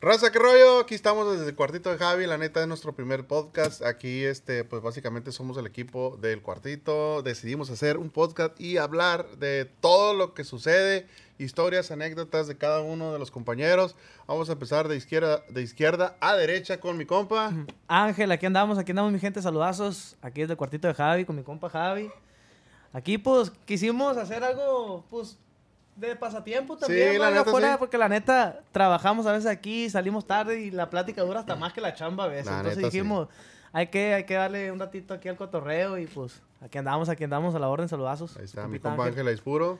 Raza, qué rollo, aquí estamos desde el cuartito de Javi, la neta es nuestro primer podcast. Aquí, este, pues básicamente somos el equipo del cuartito. Decidimos hacer un podcast y hablar de todo lo que sucede, historias, anécdotas de cada uno de los compañeros. Vamos a empezar de izquierda, de izquierda a derecha con mi compa. Ángel, aquí andamos, aquí andamos mi gente, saludazos. Aquí es el cuartito de Javi con mi compa Javi. Aquí pues quisimos hacer algo pues de pasatiempo también, Sí, ¿no? la Allá neta, afuera, sí. porque la neta trabajamos a veces aquí, salimos tarde y la plática dura hasta más que la chamba a veces. La Entonces neta, sí. dijimos, hay que hay que darle un ratito aquí al cotorreo y pues aquí andamos, aquí andamos a la orden, saludazos. Ahí está mi Compita compa Ángel Aispuro.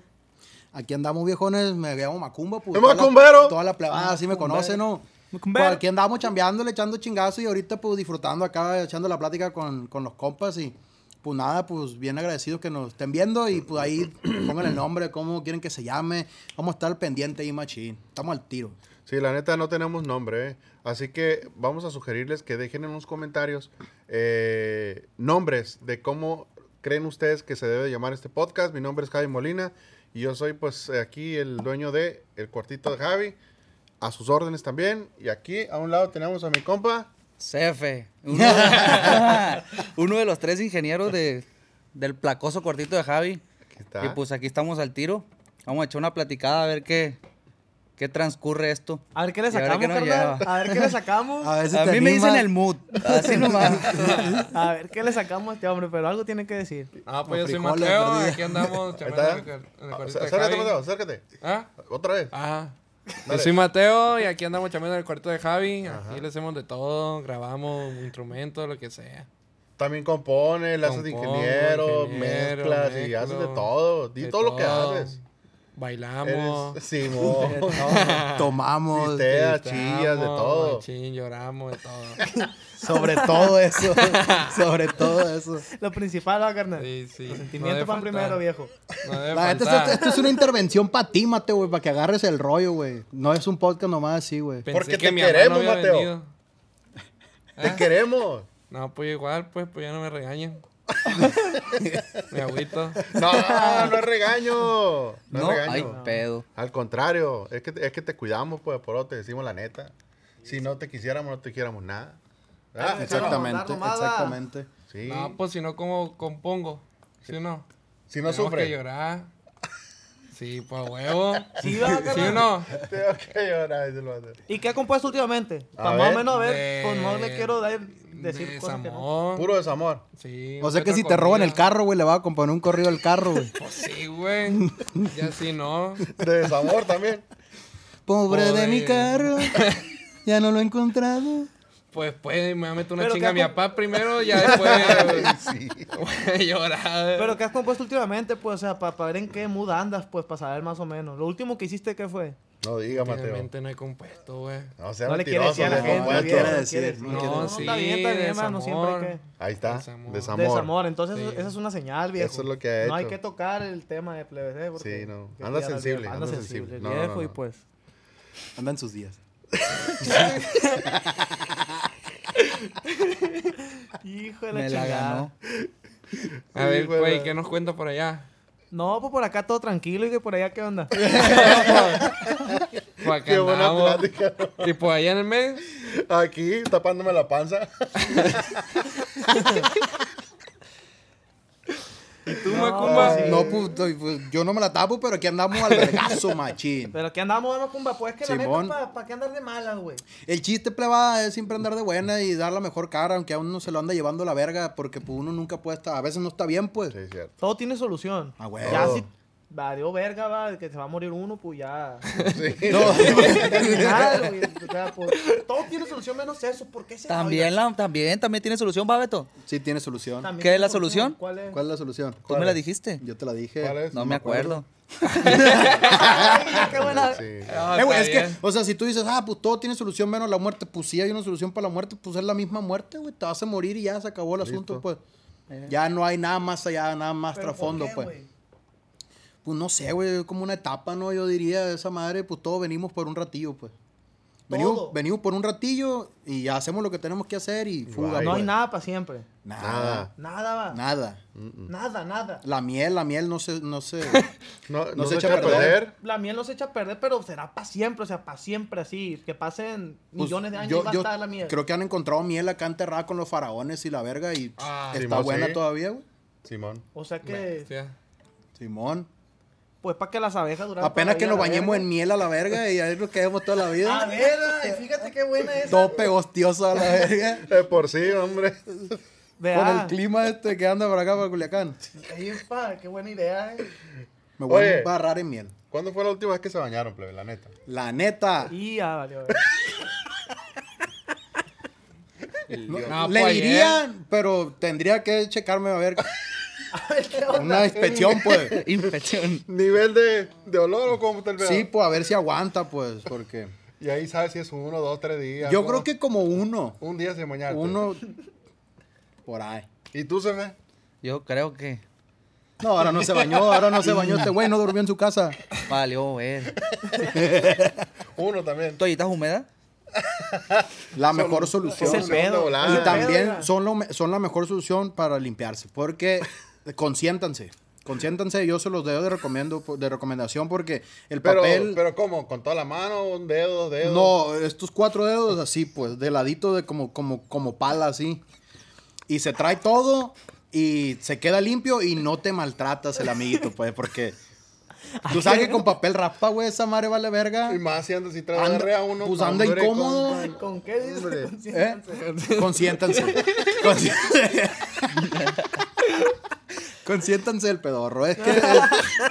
Aquí andamos viejones, me llamo Macumba, pues. ¡El toda la- macumbero! Toda la plebada, así me conoce, ¿no? Macumbero. Pues aquí andamos chambeándole, echando chingazo y ahorita pues disfrutando acá, echando la plática con, con los compas y pues nada, pues bien agradecidos que nos estén viendo y pues ahí pongan el nombre, cómo quieren que se llame, vamos a estar al pendiente ahí, machín. Estamos al tiro. Sí, la neta no tenemos nombre, ¿eh? así que vamos a sugerirles que dejen en los comentarios eh, nombres de cómo creen ustedes que se debe llamar este podcast. Mi nombre es Javi Molina y yo soy pues eh, aquí el dueño de El Cuartito de Javi, a sus órdenes también. Y aquí a un lado tenemos a mi compa. CF. Uno de, uno de los tres ingenieros de- del placoso cuartito de Javi. Aquí está. Y pues aquí estamos al tiro. Vamos a echar una platicada a ver qué, qué transcurre esto. A ver qué le Y a ver sacamos, qué nos carnal. lleva. A ver qué le sacamos. A veces A te mí me dicen animas. el mood. Así nomás. A ver qué le sacamos a este hombre, pero algo tiene que decir. Ah, Con pues yo soy frijoles, Mateo, perdida. aquí andamos Ahí chambeando está. en el cuar- en el Ah, cuartito de Acércate, Mateo, Javi. acércate. ¿Ah? Otra vez. Ajá. Yo Dale. soy Mateo y aquí andamos chambeando en el cuarto de Javi. Aquí le hacemos de todo, grabamos instrumentos, lo que sea. También compone, le haces de Compongo, ingeniero, ingeniero, mezclas y mezclo, haces de todo. Di de todo, lo que todo. haces. Bailamos. Eres- Simón. Tomamos, Pisteas, gritamos, chillas, de todo. machín, lloramos, de todo. sobre todo eso, sobre todo eso. Lo principal, va, carnal. Sí, sí. Los No sentimientos debe van faltar. primero, viejo. No debe La neta, faltar. esto, esto es una intervención para ti, Mateo, güey, para que agarres el rollo, güey. No es un podcast nomás así, güey. Pensé Porque que te mi mamá no queremos, había Mateo. venido. Te queremos. No, pues igual, pues, pues ya no me regañen. me agüito. No, no es regaño. No, es No, regaño. ay, pedo. Al contrario, es que, es que te cuidamos, pues, por eso te decimos la neta. Si no te quisiéramos, no te quisiéramos nada. ¿Verdad? Ah, Exactamente, Vamos a mandar nomada. exactamente. Sí. No, pues si no, como compongo? Si no. si no Tenemos que sufre. llorar. Sí, pues huevo. Sí, va, ¿Sí carnal. o no? Tengo que llorar. dice el vato. ¿Y qué ha compuesto últimamente? A Para más ver. o menos a ver, De- pues no le quiero dar, decir cosas que no. desamor. Puro desamor. Sí. O sea que otra si te roban el comida. carro, güey, le va a componer un corrido al carro, güey. Pues sí, güey. Ya sí, ¿no? De desamor también. Pobre de mi Pobre. carro, ya no lo he encontrado. Pues, pues, me va a meter una Pero chinga que a mi ha com- papá primero, ya después Sí. voy a llorar. Pero ¿qué has compuesto últimamente? Pues, o sea, para ver en qué mood andas, pues, para saber más o menos. Lo último que hiciste, ¿qué fue? No diga, Mateo. Obviamente no he compuesto, güey. No sea no le quiere mentiroso. decir a la no, gente. muerto. bien, quiere no decir, quiere no decir. quiere No, decir. está bien, está bien, hermano. Siempre hay Desamor. que... Ahí está. Desamor. Desamor. Desamor. Entonces, Sí. esa es una señal, viejo. Eso es lo que ha No hay hecho. que tocar el tema de plebes, ¿eh? Porque- Sí, no. que Anda ya era sensible, viejo. anda Anda sensible. sensible. el No, no, Viejo y no. pues... Anda en sus días. Hijo de la Me la chingada. ganó. A Sí, ver, güey, güey, la- ¿qué nos cuenta por allá? No, pues por acá todo tranquilo y que por allá, ¿qué onda? Pues acá Qué buena andamos. plática. Y pues allá en el medio. Aquí, tapándome la panza. ¿Y tú, No, Macumba? sí. No, pues, estoy- pues, yo no me la tapo, pero aquí andamos al vergazo, machín. Pero aquí andamos, vamos, cumba. Pues que Simón. la neta, ¿para qué andar de malas, güey? El chiste plebada es siempre andar de buena y dar la mejor cara, aunque a uno se lo anda llevando la verga, porque pues uno nunca puede estar, a veces no está bien, pues. Sí, cierto. Todo tiene solución. Ah, huevo. Ya si valió verga, va, que se va a morir uno, pues ya. Sí. Terminar, güey. O sea, pues, todo tiene solución menos eso. ¿Por qué se También, oiga? la, también, también tiene solución, Babeto. Sí tiene solución. También ¿Qué tiene es la solución? ¿Cuál es? ¿Cuál es la solución? Tú me la dijiste. Yo te la dije. ¿Cuál es? No me acuerdo. Ay, qué buena. Sí. Ah, Eh, güey, es está que, bien. o sea, si tú dices, ah, pues todo tiene solución menos la muerte, pues sí hay una solución para la muerte, pues es la misma muerte, güey. Te vas a morir y ya se acabó el asunto, pues. Ya no hay nada más allá, nada más Eh. ¿Pero por trasfondo, qué, pues. güey? Pues no sé, güey, como una etapa, ¿no? Yo diría, esa madre, pues todos venimos por un ratillo, pues. Venimos, Todo. venimos por un ratillo y ya hacemos lo que tenemos que hacer y fuga, Guay. No hay pues. nada para siempre. Nada. Nada, va. Nada. Nada, nada. La miel, la miel no se, no se. pues, No, no se se, echa echa a a perder. perder. La miel no se echa a perder, pero será para siempre, o sea, para siempre así. Que pasen pues, millones de años yo- y va a yo estar la miel. Creo que han encontrado miel acá enterrada con los faraones y la verga y Ah, está Simón, buena sí. todavía, güey. Simón. O sea que, Bestia. Simón. pues para que las abejas duran. Apenas que todavía nos la bañemos verga. Ah, en miel a la verga y ahí nos quedamos toda la A vida. ver, ay, fíjate qué buena es. Todo pegostioso a la verga. De por sí, hombre. Con Ah. el clima este que anda por acá, por Culiacán. qué buena idea, eh. Me voy Oye. a barrar en miel. ¿Cuándo fue la última vez que se bañaron, plebe? La neta. La neta. Y ah, ya valió. No, No, le pues, diría, ¿eh? pero tendría que checarme a ver. Una inspección, pues. Infección. ¿Nivel de, de olor o cómo está el pedo? Sí, pues a ver si aguanta, pues, porque. Y ahí sabes si es uno, dos, tres días. Yo ¿no? creo que como uno. Un día se bañaron. Uno. Por ahí. ¿Y tú, se me? Yo creo que No, ahora no se bañó, ahora no se bañó este güey, no durmió en su casa. valió ver. Uno también. ¿Toallitas húmedas? La mejor Es solución. el Segunda pedo. volada. es Y el pedo, también ya. son, lo me- son la mejor solución para limpiarse, porque consiéntanse. Consiéntanse, yo se los dejo de, recomiendo, de recomendación porque el Pero, papel... pero ¿cómo? ¿Con toda la mano? ¿Un dedo? ¿Dos dedos? No, estos cuatro dedos así, pues, de ladito, de como, como, como pala así. Y se trae todo y se queda limpio y no te maltratas el amiguito, pues, porque tú sabes que con papel raspa, güey, esa madre vale verga. Y más si andas y traes Anda- diarrea uno. pues anda hombre, incómodo. compa. ¿Con qué Hombre. dices? ¿Eh? Consiéntanse. Consiéntanse. Consi- Consiéntanse del pedorro. Es que es,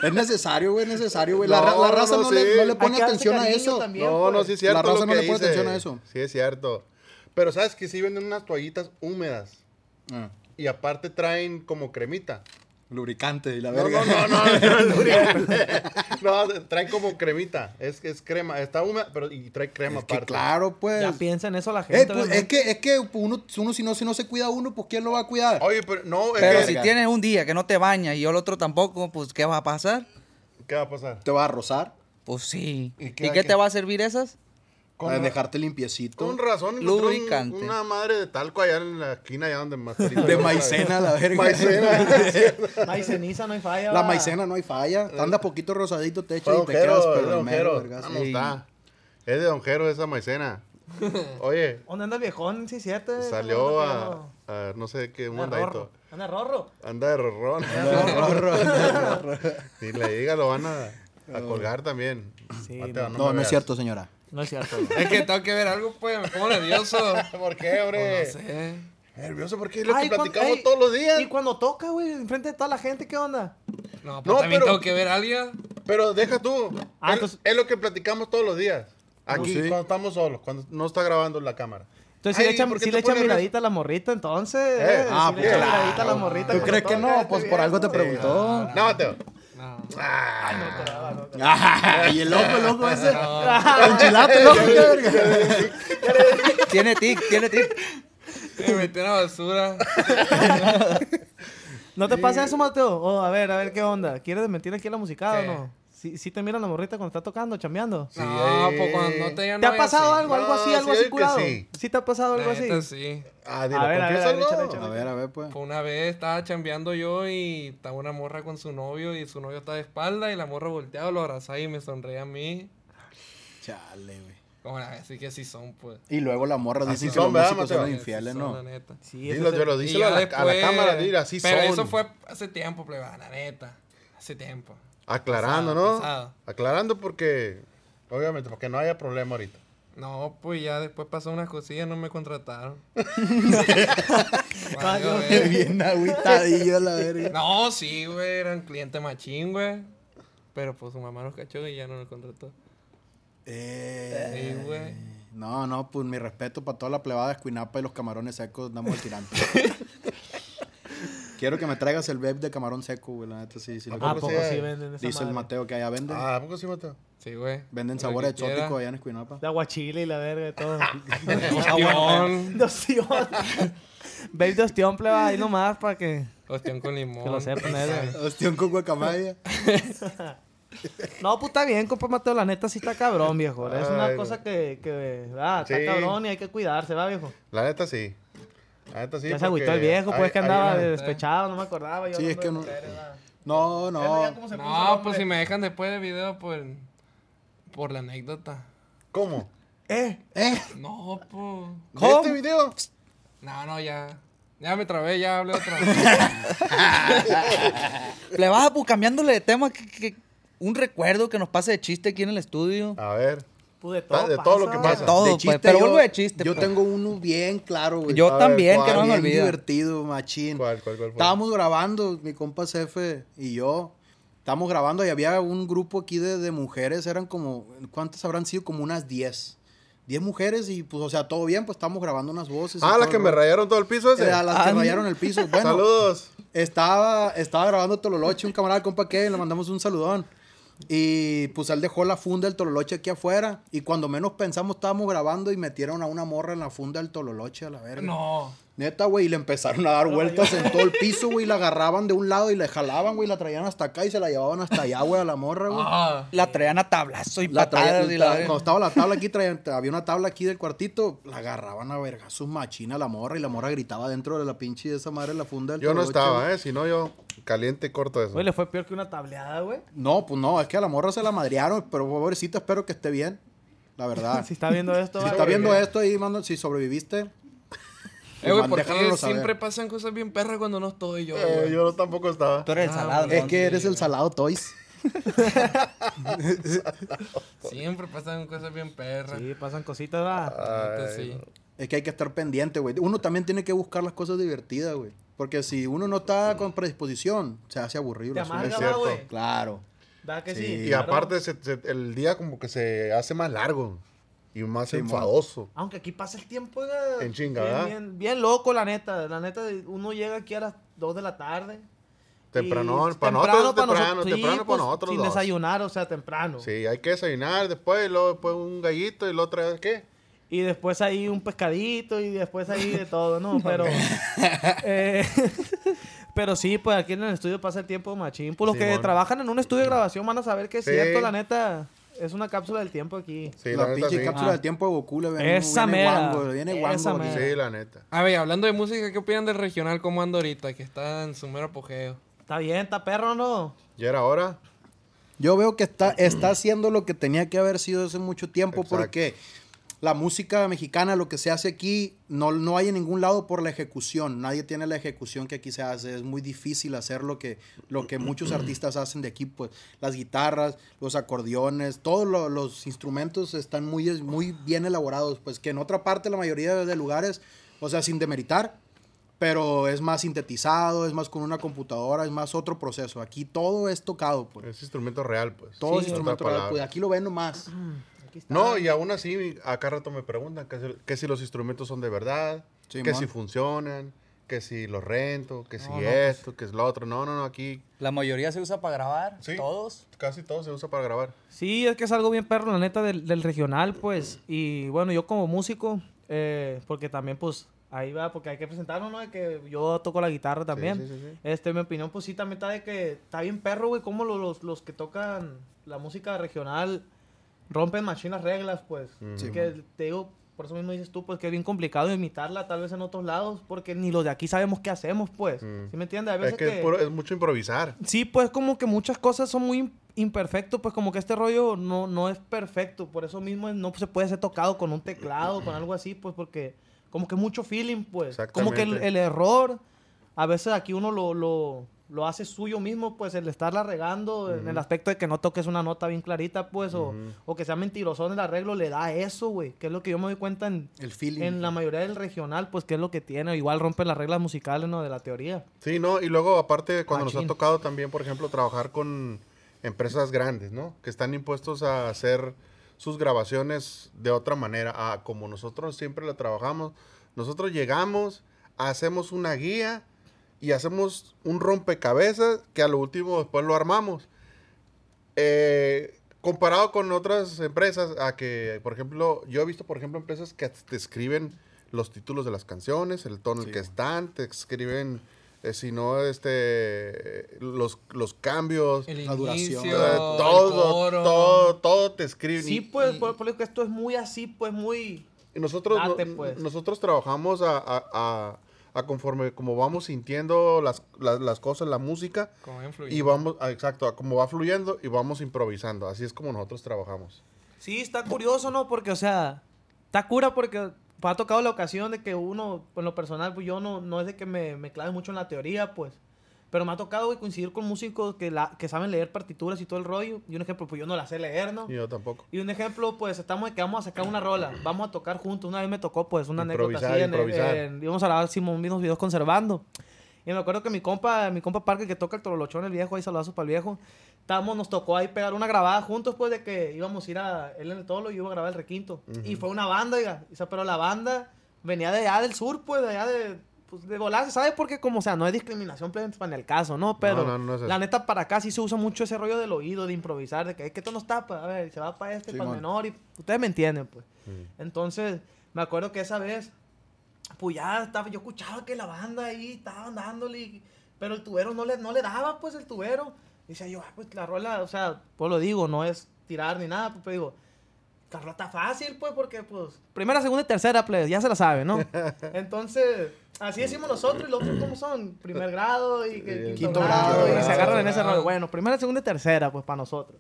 es necesario, güey, es necesario, güey. La, ra- No, la raza no, no, le, sí. no le Hay pone Hay que darse atención a cariño eso. también, No, pues. no, sí es cierto. La raza lo no que le pone dice. atención a eso. Sí es cierto. Pero sabes que sí venden unas toallitas húmedas. Ah, Y aparte traen como cremita. lubricante y la No, verga. no, no, no, no, no, lubricante. no, traen como cremita. Es, es crema. Está húmeda, pero y trae crema Es que aparte. claro, pues. Ya piensa en eso la gente. Eh, pues, es obviamente. que, es que uno, uno si, no, si no se cuida uno, pues ¿quién lo va a cuidar? Oye, pero no, Pues es Pero que- si tienes un día que no te bañas y yo el otro tampoco, pues ¿qué va a pasar? ¿Qué va a pasar? Te va a rozar, Pues sí. ¿Y ¿Y qué- qué, qué- te va a servir esas? Con a ra- dejarte limpiecito. Con razón encontré un- Lubricante. una madre de talco allá en la esquina allá donde más de maicena, la verga. Maicena. Maiceniza no hay falla. La va. maicena no hay falla. Anda poquito rosadito, te echa y te Donjero, quedas, es pero de el mero, Donjero. vergazo. Vamos, Ah, está. Es de Donjero esa maicena. Oye, ¿Dónde anda el viejón? Sí, cierto. eh, salió anda a, pegado. a no sé qué, un Anda andadito. rorro. Anda rorro. Anda de rorrón. Si le diga, lo van a, a colgar también. Sí, Mateo, me No, no veas. es cierto, señora. No es cierto. Es que tengo que ver algo, pues, me pongo nervioso. ¿Por qué, hombre? No sé. Nervioso porque es lo Ay, que cuan- platicamos ey, todos los días. Y cuando toca, güey, enfrente de toda la gente, ¿qué onda? No, pues No, también pero- tengo que ver a alguien. Pero deja tú. Ah, es, entonces- es lo que platicamos todos los días. Aquí, Oh, sí. cuando estamos solos, cuando no está grabando la cámara. Entonces, si le Ay, echan, ¿por qué si te le echan pones nervioso? miradita a la morrita, entonces. Eh, eh, ah, si le echan pues, miradita a la claro. morrita. ¿Tú cuando crees que toca, no? este Pues por algo te viejo. preguntó. Eh, ah, No, Mateo. No. Ah, Y el loco, el loco ese. Enchilate, loco. qué verga. Tiene tic, tiene tic. Me metí en la basura. ¿No te pasa eso, Mateo? Oh, a ver, a ver qué onda. ¿Quieres mentir aquí a la musicada ¿Qué? o no? Si te miran la morrita cuando está tocando, chambeando. No, Sí. pues cuando no te digan ¿Te ha novia, pasado sí. algo, algo No, así, sí, algo yo digo así que curado? sí. Sí. te ha pasado algo La así? neta, sí. Ah, dilo, A ver, a ver, a ver, confiésalo. échale, A ver, a ver, pues. Pues una vez estaba chambeando yo y estaba una morra con su novio y su novio estaba de espalda y la morra volteaba, lo abrazaba y me sonreía a mí. Chale, güey. Como la- así que sí son, pues. Y luego la morra dice que son, los ¿verdad, músicos Mateo? son Sí infieles, son, ¿no? la neta. Sí, ese Dilo, es el- Yolo, Y díselo a ya la, a la después- cámara, dile, así Pero son. eso fue hace tiempo, pleba, la neta. Hace tiempo. Aclarando, pasado, ¿no? pasado. Aclarando porque, obviamente, porque no haya problema ahorita. No, pues ya después pasó unas cosillas, no me contrataron. Ah, Valió yo- ver. Bien agüitadillo, la verga. No, sí, güey, era un cliente machín, güey. Pero pues su mamá nos cachó y ya no nos contrató. Sí, Eh, güey. No, no, pues mi respeto para toda la plebada de Escuinapa y los camarones secos, andamos al tirante. Quiero que me traigas el vape de camarón seco, güey, la neta, sí, sí. lo ¿A Ah, ¿A poco quiero. poco sí, sí eh? venden pues, esa Dice el madre? Mateo que allá venden. Ah, ¿a poco sí, Mateo? Sí, güey. Venden Lo sabores que quiera. exóticos allá en Escuinapa. De aguachile y la verga y todo. Ostión. de ostión. Babe de ostión, pleba, ahí nomás para que, Ostión con limón. que lo sepan. eh, güey. Hostión con guacamaya. No, pues está bien, compa Mateo, la neta sí está cabrón, viejo. Es Ay, una güey. cosa que, que ah, está Sí. cabrón y hay que cuidarse, ¿va, viejo? La neta sí. La neta sí, ya se porque agüitó el viejo, pues hay- que hay andaba una- despechado, no me acordaba. Yo Sí, es que no. hablando de mujeres, va. No, Ya no. cómo se puso el No, hombre. pues si me dejan después del video por, por la anécdota. ¿Cómo? Eh, ¿Eh? No, pues. ¿De ¿Cómo? este video? No, no, ya. Ya me trabé, ya hablé otra vez. Le vas a, pues, cambiándole de tema. que- que- un recuerdo que nos pase de chiste aquí en el estudio. A ver. pues de todo. de todo lo pasa. que pasa. Todo, Ah, De pues, chiste, pero yo, vuelvo de chiste. Yo pues. tengo uno bien claro, güey. Yo A ver, también, que no ¿cuál? me bien olvida. divertido, machín. ¿Cuál, cuál, cuál fue? Estábamos grabando, mi compa Cefe y yo. Estábamos grabando y había un grupo aquí de, de mujeres, eran como, ¿cuántas habrán sido? Como unas 10. 10 mujeres y pues, o sea, todo bien, pues estábamos grabando unas voces. y Ah, todo las que el me rollo. rayaron todo el piso ese. Eh, a las que Ah, rayaron el piso. Bueno, Saludos. Estaba, estaba grabando Tololoche, un camarada compa que le mandamos un saludón. Y pues él dejó la funda del Tololoche aquí afuera. Y cuando menos pensamos, estábamos grabando y metieron a una morra en la funda del Tololoche a la verga. No. Neta, güey, y le empezaron a dar vueltas en todo el piso, güey. y La agarraban de un lado y la jalaban, güey, y la traían hasta acá y se la llevaban hasta allá, güey, a la morra, güey. Ah, La traían a tablazo y La patadas traían, y la- la- cuando estaba la tabla aquí, traían- había una tabla aquí del cuartito, la agarraban a vergazos machina la morra y la morra gritaba dentro de la pinche de esa madre en la funda del Yo no Tololoche, güey. estaba, ¿eh? Si no, yo caliente y corto eso. Güey, le fue peor que una tableada, güey. No, pues no, es que a la morra se la madrearon, pero pobrecita, espero que esté bien. La Ah, verdad. Si está viendo esto, si va, está güey. viendo esto ahí, manda, si sobreviviste. eh, güey, man, ¿por déjanoslo qué saber. siempre pasan cosas bien perras cuando no estoy yo, Eh, güey? yo no tampoco estaba. Tú eres el Ah, salado. Es ¿no? que eres el salado Toys. Siempre pasan cosas bien perras. Sí, pasan cositas, Ah, va. Neta, sí. Es que hay que estar pendiente, güey. Uno también tiene que buscar las cosas divertidas, güey. Porque si uno no está con predisposición, se hace aburrido. Te el asunto. es amarga, va, cierto. güey. Claro. Va que sí. Sí, y claro. aparte, se- se- el día como que se hace más largo y más Sí, mo. enfadoso. Aunque aquí pasa el tiempo, oiga, En chinga, bien, ¿verdad? bien, bien loco, la neta. La neta, uno llega aquí a las 2 de la tarde. Temprano, y- para nosotros para temprano, temprano, nosotros- sí, para pues, nosotros Sin dos. desayunar, o sea, temprano. Sí, hay que desayunar después, y luego después un gallito y luego otra vez qué. Y después ahí un pescadito y después ahí de todo, ¿no? Pero. eh, pero sí, pues aquí en el estudio pasa el tiempo machín. Pues los que Simón. trabajan en un estudio de grabación van a saber que es Sí. cierto, la neta. Es una cápsula del tiempo aquí. Sí, la, la neta pinche sí. cápsula del tiempo de Goku le viene, Ah. Esa viene mera. guango, le viene guango. Esa ahorita. mera. Sí, la neta. A ver, hablando de música, ¿qué opinan del regional como anda ahorita? Que está en su mero apogeo. Está bien, está perro, ¿no? ¿Y era hora? Yo veo que está, está haciendo lo que tenía que haber sido hace mucho tiempo Exacto. porque la música mexicana, lo que se hace aquí, no, no hay en ningún lado por la ejecución. Nadie tiene la ejecución que aquí se hace. Es muy difícil hacer lo que, lo que muchos artistas hacen de aquí. Pues las guitarras, los acordeones, todos lo- los instrumentos están muy, es- muy bien elaborados. Pues que en otra parte, la mayoría de lugares, o sea, sin demeritar, pero es más sintetizado, es más con una computadora, es más otro proceso. Aquí todo es tocado, pues. Es instrumento real, pues. Todo es En instrumento otras real, pues, palabras. aquí lo ven nomás. Aquí está. No, y aún así, acá rato me preguntan que si, que si los instrumentos son de verdad, Sí, que mon. si funcionan, que si los rento, que si No, no, esto, que es lo otro. No, no, no, aquí La mayoría se usa para grabar. Sí. Todos. casi todo se usa para grabar. Sí, es que es algo bien perro, la neta, del, del regional, pues. Y bueno, yo como músico, eh, porque también, pues, ahí va, porque hay que presentarnos, ¿no? De que yo toco la guitarra también. sí, sí, sí. Este, mi opinión, pues sí, también está de que está bien perro, güey, cómo lo- los, los que tocan la música regional rompen machín las reglas, pues. Sí, que te digo, por eso mismo dices tú, pues, que es bien complicado imitarla, tal vez en otros lados, porque ni los de aquí sabemos qué hacemos, pues. Mm. ¿Sí me entiendes? A veces Es que es, puro- es mucho improvisar. Sí, pues como que muchas cosas son muy im- imperfectos, pues como que este rollo no, no es perfecto, por eso mismo no se puede ser tocado con un teclado, con algo así, pues porque como que mucho feeling, pues como que el, Exactamente. el error, a veces aquí uno lo, lo, lo hace suyo mismo, pues el estarla regando en el aspecto de que no toques una nota bien clarita, pues, o- o, que sea mentiroso en el arreglo, le da eso, güey, que es lo que yo me doy cuenta en, El feeling. en la mayoría del regional, pues que es lo que tiene, igual rompe las reglas musicales, ¿no? De la teoría. Sí, no, y luego aparte cuando nos Machín. ha tocado también, por ejemplo, trabajar con empresas grandes, ¿no? Que están impuestos a hacer sus grabaciones de otra manera, a como nosotros siempre la trabajamos. Nosotros llegamos, hacemos una guía y hacemos un rompecabezas que a lo último después lo armamos. Eh, comparado con otras empresas, a que, por ejemplo, yo he visto, por ejemplo, empresas que te escriben los títulos de las canciones, el tono en el que están, te escriben, eh, si no, este, los, los cambios, El La duración. inicio, eh, el todo, coro. todo, todo te escriben. Sí, Y- pues, y- por, por lo que esto es muy así, pues muy... y nosotros, Date, no- pues. nosotros trabajamos a, a- a- a conforme como vamos sintiendo las, las, las cosas, la música. Como influye. Y vamos, ah, exacto, a como va fluyendo y vamos improvisando. Así es como nosotros trabajamos. Sí, está curioso, ¿no? Porque, o sea, está cura porque pues, ha tocado la ocasión de que uno, pues, en lo personal, pues yo no, no es de que me, me clave mucho en la teoría, pues. Pero me ha tocado güey, coincidir con músicos que, la, que saben leer partituras y todo el rollo. Y un ejemplo, pues yo no la sé leer, ¿no? Y yo tampoco. Y un ejemplo, pues estamos de que vamos a sacar una rola, vamos a tocar juntos. Una vez me tocó, pues, una Improvisar, anécdota así. improvisar. En, en- íbamos a grabar Simón unos videos conservando. Y me acuerdo que mi compa, mi compa Parker, que toca el Torolochón, el viejo, ahí saludazos para el viejo. Estábamos, nos tocó ahí pegar una grabada juntos, pues, de que íbamos a ir a él en el Tolo y yo iba a grabar el requinto. Y fue una banda, oiga. O sea, pero la banda venía de allá del sur, pues, de allá de. Pues de volarse, ¿sabes? Porque, como, o sea, no es discriminación plebe, en el caso, ¿no? Pero no, no es eso. la neta, para acá sí se usa mucho ese rollo del oído, de improvisar, de que es que esto nos tapa, Pues, a ver, se va para este, para el Simón. menor, y ustedes me entienden, pues. Entonces, me acuerdo que esa vez, pues ya estaba, yo escuchaba que la banda ahí estaba dándole, y- pero el tubero no le, no le daba, pues el tubero. Dice yo, ah, pues la rola, o sea, pues lo digo, no es tirar ni nada, pues, pero digo, la rola está fácil, pues, porque pues. Primera, segunda y tercera, pues, ya se la sabe, ¿no? Entonces, así decimos nosotros y los otros, ¿cómo son? Primer grado y que- quinto, Quinto grado, grado, y se grado, agarran en ese grado. rollo. Bueno, primera, segunda y tercera, pues, para nosotros.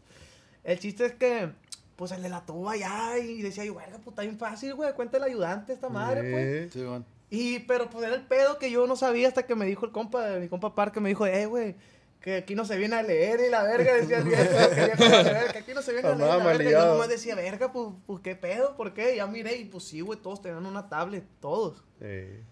El chiste es que, pues, el de la tuba ya y decía yo, verga, puta, bien fácil, güey, cuenta el ayudante esta madre, pues. Eh, Sí, bueno. Y, pero pues era el pedo que yo no sabía hasta que me dijo el compa, mi compa Parque, me dijo, eh, güey, que aquí no se viene a leer y la verga, decía el viejo, quería conocer, verga, que aquí no se viene a leer. y La Mamá, verga. Yo liado. nomás decía, verga, pues, pues qué pedo, ¿por qué? Y ya miré y pues sí, güey, todos tenían una tablet, todos. eh,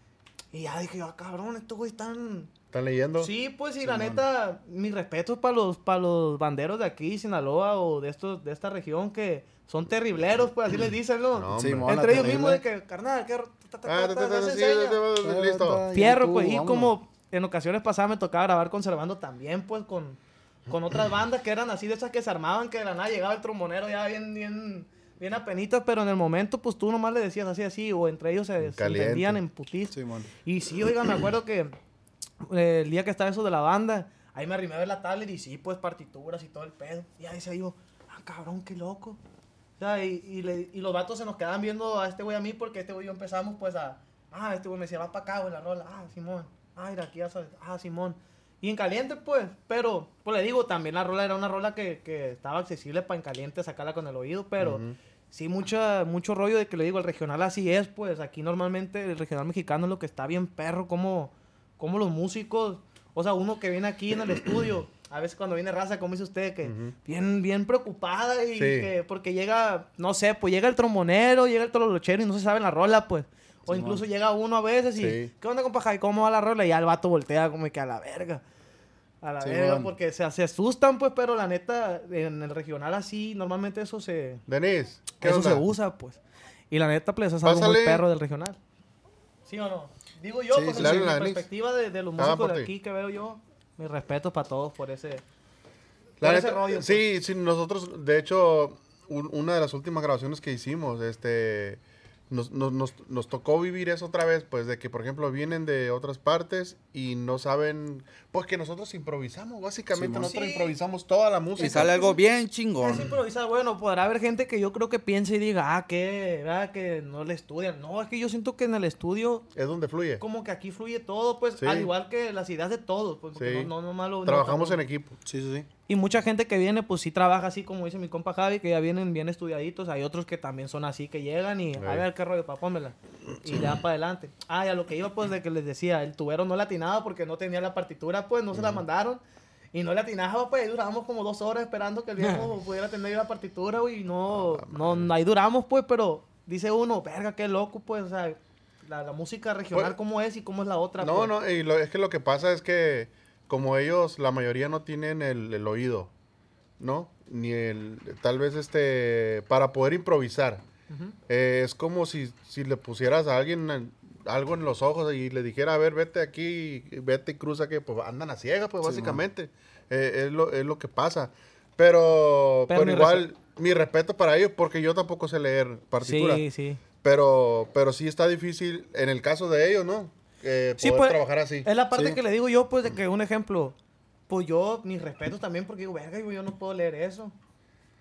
Y ya dije, yo, ah, cabrón, estos güey están... ¿Están leyendo? Sí, pues y la neta, mis respetos para los, para los banderos de aquí, Sinaloa o de, estos, de esta región que son terribleros, pues así les dicen, ¿no? No, Sí, hombre. mo- Entre la ellos mismos de terrible. que, carnal, que... Ah, ta, ta, ta, sí, sí, sí, listo. Fierro, pues. Y como en ocasiones pasadas me tocaba grabar conservando también, pues, con, con otras bandas que eran así de esas que se armaban, que de la nada llegaba el trombonero ya bien, bien, bien apenitas, pero en el momento, pues, tú nomás le decías así, así, o entre ellos se, se Caliente. entendían en putis. Sí, bueno. Y sí, oiga, me acuerdo que eh, el día que estaba eso de la banda, ahí me arrimé a ver la tablet y sí, pues partituras y todo el pedo. Y ahí decía yo, ah, cabrón, qué loco. O sea, y, y le- y los vatos se nos quedaban viendo a este güey a mí porque este güey y yo empezamos pues a, ah, este güey me decía, va para acá, güey, la rola, ah, Simón, ah, mira, aquí ya sabes, ah, Simón. Y en caliente, pues, pero, pues le digo, también la rola era una rola que, que estaba accesible para en caliente sacarla con el oído, pero sí, mucha, mucho rollo de que le digo, el regional así es, pues, aquí normalmente el regional mexicano es lo que está bien perro, como, como los músicos, o sea, uno que viene aquí en el estudio, a veces cuando viene raza, como dice usted, que bien, bien preocupada y Sí. que, porque llega, no sé, pues llega el trombonero, llega el tololochero y no se sabe la rola, pues. O incluso llega uno a veces y, Sí. ¿qué onda, compa? Jai? ¿Cómo va la rola? Y ya el vato voltea como que a la verga. A la Sí, verga, man. porque se, se asustan, pues, pero la neta, en el regional así, normalmente eso se, Denise, ¿qué eso onda? se usa, pues. Y la neta, pues, eso es algo muy Pásale. perro del regional. ¿Sí o no? Digo yo, Sí, pues, sí, desde claro, la la nariz. perspectiva de, de los Ah, músicos por de ti. aquí que veo yo, mis respetos para todos por ese... La por ese neta, rollo, pues. sí, sí, nosotros, de hecho, un- una de las últimas grabaciones que hicimos, este, nos, nos- nos- nos tocó vivir eso otra vez, pues, de que, por ejemplo, vienen de otras partes y no saben, pues, que nosotros improvisamos, básicamente, Simón. nosotros Sí. improvisamos toda la música. Y sale algo bien Es chingón. improvisar, bueno, podrá haber gente que yo creo que piense y diga, ah, que, ah, que no le estudian. No, es que yo siento que en el estudio, Es donde fluye. como que aquí fluye todo, pues, Sí. al igual que las ideas de todos, pues, porque Sí. no, no, no malo. no, Trabajamos cabrón. en equipo. Sí, sí, sí. Y mucha gente que viene, pues sí trabaja así, como dice mi compa Javi, que ya vienen bien estudiaditos. Hay otros que también son así, que llegan y a Ey. ver qué rollo, papá, pónmela. Y ya para adelante. Ah, ya lo que iba, pues de que les decía, el tubero no latinaba porque no tenía la partitura, pues no se la mandaron. Y no latinaba, pues ahí durábamos como dos horas esperando que el viejo pudiera tener la partitura, güey. Y no, Ah, no, ahí duramos, pues, pero dice uno, verga, qué loco, pues, o sea, la, la música regional, Pues- ¿cómo es y cómo es la otra? No, pues. no, y lo- es que lo que pasa es que como ellos, la mayoría no tienen el, el oído, ¿no? Ni el, tal vez este, para poder improvisar. Eh, es como si, si le pusieras a alguien en- algo en los ojos y le dijera, a ver, vete aquí, y vete y cruza, que pues andan a ciegas, pues básicamente. Eh, es, lo, es lo que pasa. Pero, Pero pero, mi igual, mi respeto para ellos, porque yo tampoco sé leer partituras. Sí, sí. Pero, pero sí está difícil en el caso de ellos, ¿no? Eh, Sí, poder pues, trabajar así. Es la parte Sí. que le digo yo, pues, de que un ejemplo, pues yo, mis respetos también, porque digo, verga, yo, yo no puedo leer eso.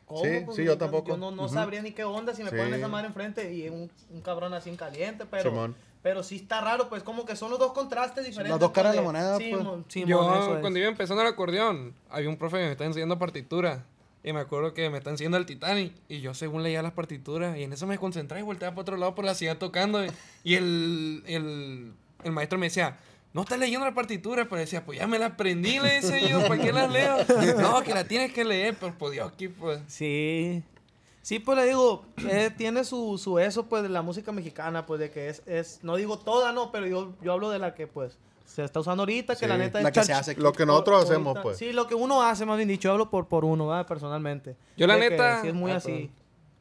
¿Cómo? Sí, pues, sí, güey? yo tampoco. Yo no, no sabría ni qué onda si me Sí. ponen esa madre enfrente y un, un cabrón así en caliente, pero... Simón. Pero sí está raro, pues como que son los dos contrastes diferentes. las dos caras de la pues, moneda, Sí, pues. mon- sí, mon, eso Yo, es. cuando iba empezando el acordeón, había un profe que me estaba enseñando partitura. Y me acuerdo que me están enseñando el Titanic. Y yo, según leía las partituras, y en eso me concentré y volteaba para otro lado por la ciudad tocando. y- Y el, el, el maestro me decía. No estás leyendo las partituras, pero decía, pues ya me las aprendí, le decía yo, ¿para qué las leo? No, que las tienes que leer, pero por Dios, aquí pues. Sí. Sí, pues le digo, eh, tiene su, su eso, pues, de la música mexicana, pues, de que es, es no digo toda, no, pero yo, yo hablo de la que, pues, se está usando ahorita, que Sí, la neta es la que se charch- hace. Lo que nosotros ahorita- hacemos, pues. Sí, lo que uno hace, más bien dicho, yo hablo por, por uno, ¿verdad? Personalmente. Yo la De que neta- sí es muy Ah, así.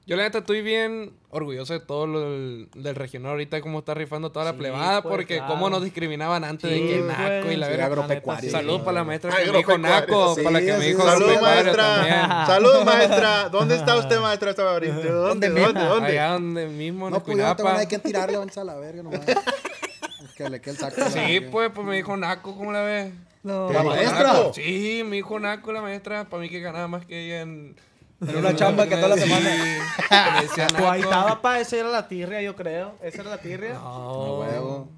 Yo la neta estoy bien orgulloso de todo lo del, del regional ahorita, cómo está rifando toda la Sí, plebada, pues, porque claro. cómo nos discriminaban antes de Sí, que pues, naco y la sí, verga. agropecuario. Sí, Saludos no. para la maestra Ah, que me dijo Agropecuario, naco, sí, para la que me sí, dijo sí. Salud, agropecuario maestra. también. Salud, maestra. ¿Dónde está usted, maestra? Estaba ahorita. ¿Dónde? ¿Dónde? ¿Dónde? Allá donde mismo en No, pues yo no tengo Escuinapa. nada que tirarle, vamos a la verga nomás. que le quede el saco. a la Sí, verga. pues, pues me dijo naco, ¿cómo la ves? No. ¿La Me dijo maestra? naco. Sí, me dijo naco la maestra, para mí que ganaba más que ella en... En una chamba que toda la semana. Sí, me decía Pues ahí naco. estaba, pa, esa era la tirria, yo creo. Esa era la tirria. No, huevo.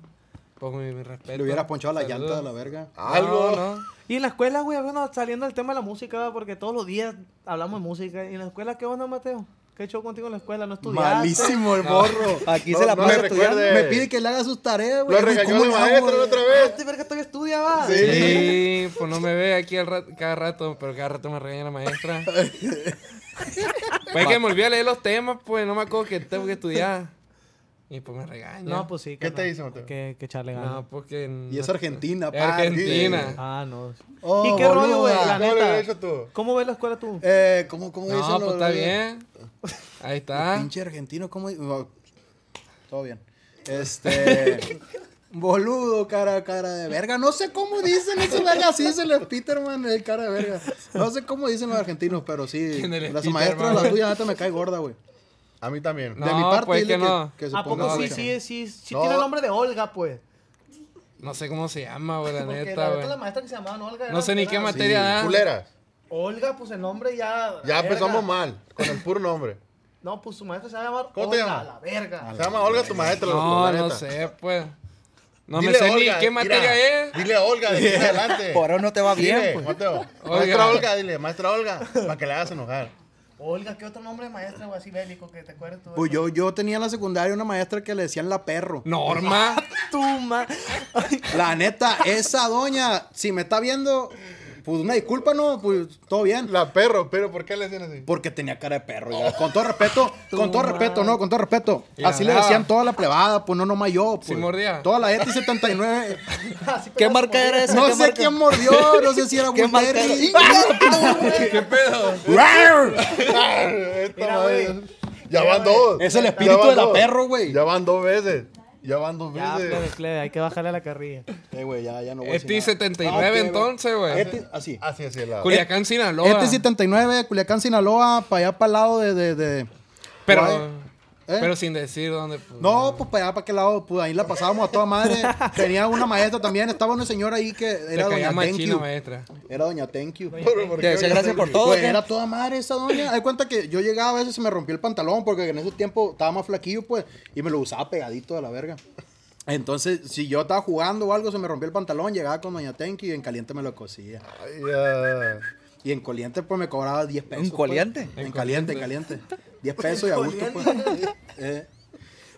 Pues mi, mi respeto. Le hubiera ponchado la Saludos. llanta de la verga. Algo. No, no. Y en la escuela, güey, bueno, saliendo del tema de la música, ¿verdad? porque todos los días hablamos de música. ¿Y en la escuela qué onda, Mateo? ¿Qué show contigo en la escuela? ¿No estudiaste? Malísimo el morro. Aquí No, se la no pasa me estudiando. recuerde. Me pide que le haga sus tareas, Lo güey. Güey, regañó ¿cómo la le hago, maestra güey? la otra Ah, vez. este verga todavía estudia, va. Sí. Sí, pues no me ve aquí al rat- cada rato, pero cada rato me regaña la maestra. pues que me olvidé de leer los temas, pues no me acuerdo que tengo que estudiar. Y pues me regaña. No, pues sí. ¿Qué carnal. te hizo, Mateo? Que, que echarle ganas. No, porque. Y es no- Argentina, Es pa. Argentina. Ah, no. Oh, ¿Y qué rollo, güey? boluda. La ¿Cómo lo neta. hecho tú? ¿Cómo ves la escuela tú? Eh, ¿cómo, cómo dicen No, los- pues está bien. Ahí está. Pinche argentino, ¿cómo? di- oh, Todo bien. Este. Boludo, cara, cara de verga. No sé cómo dicen esos vergas. Así dicen los Peterman, el cara de verga. No sé cómo dicen los argentinos, pero sí. ¿Quién eres, Las Peterman? maestras, la tuya, neta me cae gorda, güey. A mí también. No, de mi parte, pues, dile que que, no. que se ¿A ponga poco sí, verga. sí, sí, sí No. tiene el nombre de Olga, pues? No sé cómo se llama, güey, la Porque neta, la güey. neta la maestra que se llamaban Olga. No era- sé ni era- qué Sí, materia da. Culeras. Olga, pues el nombre ya. Ya verga. empezamos mal. Con el puro nombre. No, pues su maestra se va a llamar ¿Cómo te Olga, llamas? la verga. Se llama Olga tu maestra. No, la no neta. sé, pues. No Dile me sé Olga, ni qué mira, materia es. Dile a Olga, de aquí en adelante. Por ahora no te va bien, Dile, pues. Mateo. Olga. Maestra Olga, dile, maestra Olga, para que la hagas enojar. Olga, ¿qué otro nombre de maestra, güey, así bélico que te acuerdes tú? Pues yo, yo tenía en la secundaria una maestra que le decían la perro. Norma. tu ma- La neta, esa doña, si me está viendo, pues una disculpa, no, pues todo bien. La perro, pero ¿por qué le hacen así? Porque tenía cara de perro, Oh, ya. Con todo respeto, con todo madre. respeto, no, con todo respeto. Y Así le hablaba. decían toda la plebada, pues no nomás yo. Pues. Sí mordía. Toda la ETI 79. Así, ¿Qué pero- marca era esa? No ¿Qué sé marca? quién mordió, no sé si era ¿Qué marca era? Gutierrez. ¿Qué pedo? Esta Mira, madre. güey. Ya Mira, van güey. dos. Es el Ya espíritu van de la dos. perro, güey. Ya van dos veces. Ya van dos Ya, plebe, veces. plebe, hay que bajarle a la carrilla. Eh, güey, ya, ya no voy a decir ETI nada. 79 Ah, ok, entonces, güey. ETI, así. Así, así la. Culiacán, Sinaloa. ETI 79, Culiacán, Sinaloa, para allá, para el lado de... de, de- Pero, Guay. ¿Eh? pero sin decir dónde. pues. No, pues para allá, para qué lado, pues ahí la pasábamos a toda madre. Tenía una maestra también, estaba una señora ahí que Te era doña caía Thank machina, You. maestra. Era doña Thank You. Pero, ¿por Te qué decía voy a gracias hacer- por todo. Pues ¿qué? era toda madre esa doña. Hay cuenta que yo llegaba a veces se me rompía el pantalón porque en ese tiempo estaba más flaquillo, pues, y me lo usaba pegadito de la verga. Entonces, si yo estaba jugando o algo, se me rompía el pantalón, llegaba con doña Tenki y en caliente me lo cosía. Ay, ya. Y en caliente, pues, me cobraba 10 pesos. ¿En caliente? pues. En caliente, en caliente. 10 pesos y a gusto, pues. Eh.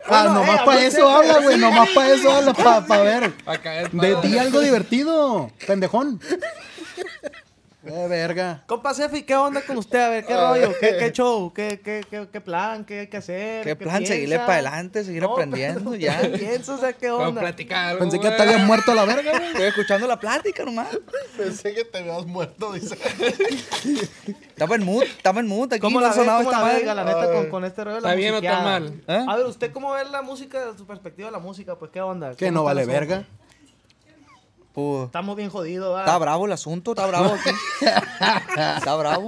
Bueno, ah, nomás eh, para aparte- eso habla, güey. Nomás para eso habla, para ver. Pa' caer De palo. di algo divertido, pendejón. De verga. Compa Sefi, ¿qué onda con usted? A ver, ¿qué rollo? ¿Qué, qué show? ¿Qué, qué, qué, qué plan? ¿Qué hay que hacer? ¿Qué plan? Seguirle piensa? para adelante, seguir No, aprendiendo, pero, ya. ¿Qué piensa? O sea, ¿qué Vamos a onda? platicar algo, Pensé que güey. te habías muerto a la verga, güey. Estoy escuchando la plática nomás. Pensé que te habías muerto, dice. Estaba en mood, estaba en mood. Aquí ¿Cómo no la ha ve? sonado ¿Cómo esta la ve, madre. la neta, con, con este rollo de la ¿Está bien o está musiqueada? mal? ¿Eh? A ver, ¿usted cómo ve la música, su perspectiva de la música? Pues, ¿qué onda? Que ¿Cómo no está el vale asunto? verga. Pues, Estamos bien jodidos, ¿verdad? Está bravo el asunto, está bravo aquí. Está bravo.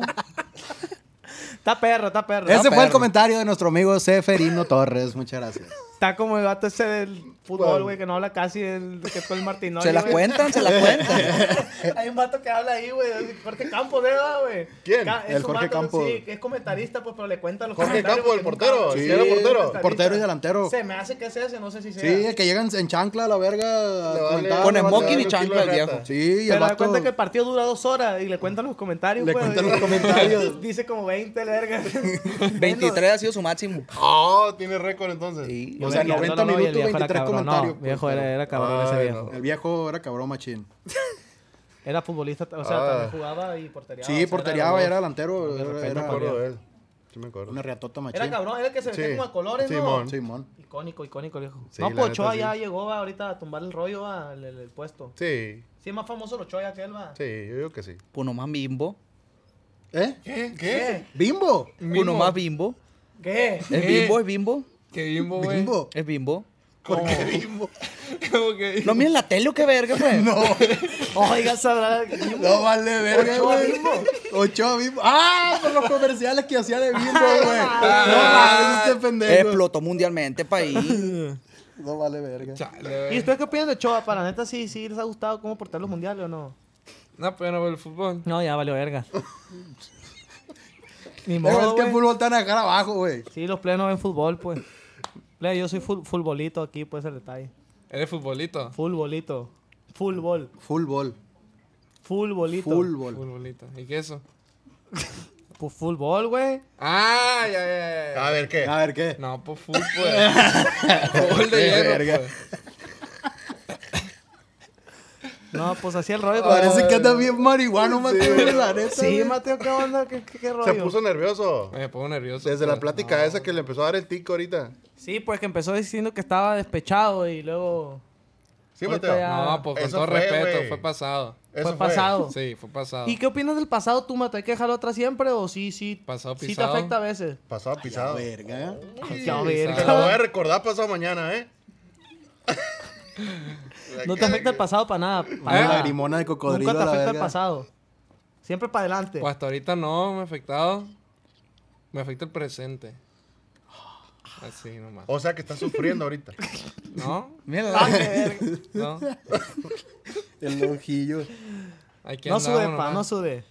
Está perro, está perro. Ese fue el perro. comentario de nuestro amigo Seferino Torres. Muchas gracias. Está como el vato ese del fútbol, ¿Cuál? güey, que no habla casi, el que fue el Martinoli. Se la güey. cuentan, se la cuentan. Hay un vato que habla ahí, güey. así, Jorge Campos, ¿verdad, güey? ¿Quién? Ca- El un Jorge vato, Campos. Sí, que es comentarista, pues, pero le cuenta los Jorge comentarios, Campos, el porque portero, nunca- sí, Sí, era portero. comentarista. portero y delantero. Se me hace que es ese, no sé si sea. Sí, el que llega en, en chancla a la verga. a comentar, Con le vale smoking y verga. chancla el viejo. Sí, y Pero el da vato... cuenta que el partido dura dos horas y le cuentan los comentarios, Le güey. cuentan los comentarios. Dice como 20, verga. 23 ha sido su máximo. Oh, tiene récord entonces. Sí. O sea, Yo me 90 quedo, no, no, y el minutos, viejo era 23 cabrón, comentarios, No, pues, viejo, era, pero- era cabrón ese Ay, viejo. no. El viejo era cabrón machín. Era futbolista, o sea, Ah. también jugaba y portería. Sí, porteriaba, era delantero. de Era, repente Sí me era acuerdo de él. Sí me acuerdo. una riatota machín. Era cabrón, era el que se vestía Sí. como a colores, ¿no? Simón. Simón. Icónico, icónico, viejo. Sí, no, la pues neta, Ochoa sí. ya llegó va, ahorita a tumbar el rollo va, el, el- el puesto. Sí, Sí, es más famoso el Ochoa ya que él va. sí, yo digo que sí. Pues nomás bimbo. ¿Eh? ¿Qué? ¿Qué? ¿Bimbo? Pues nomás bimbo. ¿Qué? Es Eh. bimbo, es bimbo. ¿Qué bimbo, güey? ¿Bimbo? Es bimbo. ¿Por qué bimbo? ¿Cómo que No miren la tele o qué verga, pues. No. Oiga, sabrá. No vale verga, Ochoa güey. Bimbo. Ochoa Bimbo. ¡Ah! Por los comerciales que hacía de Bimbo, güey. No mames, este pendejo. Explotó mundialmente, país. No vale verga. Chale, ¿Y güey. ustedes qué opinan de Ochoa? Para neta, sí, sí les ha gustado cómo portar los mundiales o no. No, pero no veo el fútbol. No, ya valió verga. Ni Pero es modo, que el güey. fútbol está en la cara abajo, güey. Sí, los plenos ven fútbol, pues. Play, yo soy ful- futbolito aquí, pues el detalle. Eres futbolito. Futbolito. Fútbol. Fútbol. Futbolito. Fútbol. Futbolito. ¿Y qué es eso? Pues fútbol, güey. Ah, ya, ya, ya, A ver, ¿qué? A ver qué. ya. No, pues fútbol. fútbol de hierro, pues. No, pues así el rollo. pues. Parece que anda bien marihuano, Mateo, güey, la neta. Sí, güey. Mateo, ¿qué onda? ¿Qué, qué- qué Se rollo? puso nervioso. Me pongo nervioso. Desde la pues. plática esa que le empezó a dar el tico ahorita. Sí, pues que empezó diciendo que estaba despechado y luego Sí, Ahorita Mateo. ya- No, pues con Eso todo fue, respeto, güey. fue pasado. Eso fue pasado. Sí, fue pasado. ¿Y qué opinas del pasado tú, Mateo? ¿Hay que dejarlo atrás siempre o sí, sí? Pasado, Sí te pisado. afecta a veces. Pasado La Ah. pisado. Te verga. Ay, ya, la voy a verga. recordar pasado mañana, ¿eh? No te afecta el pasado para nada. para Una Ah. nada. lagrimona de cocodrilo. Nunca te la afecta el verga. pasado. Siempre para adelante. Pues hasta ahorita no me ha afectado. Me afecta el presente. Así nomás. O sea que estás sufriendo ahorita. ¿No? Miren Ah, qué la- verga. ¿No? El ojillo. Aquí No andamos sude, pa, nomás. no sude.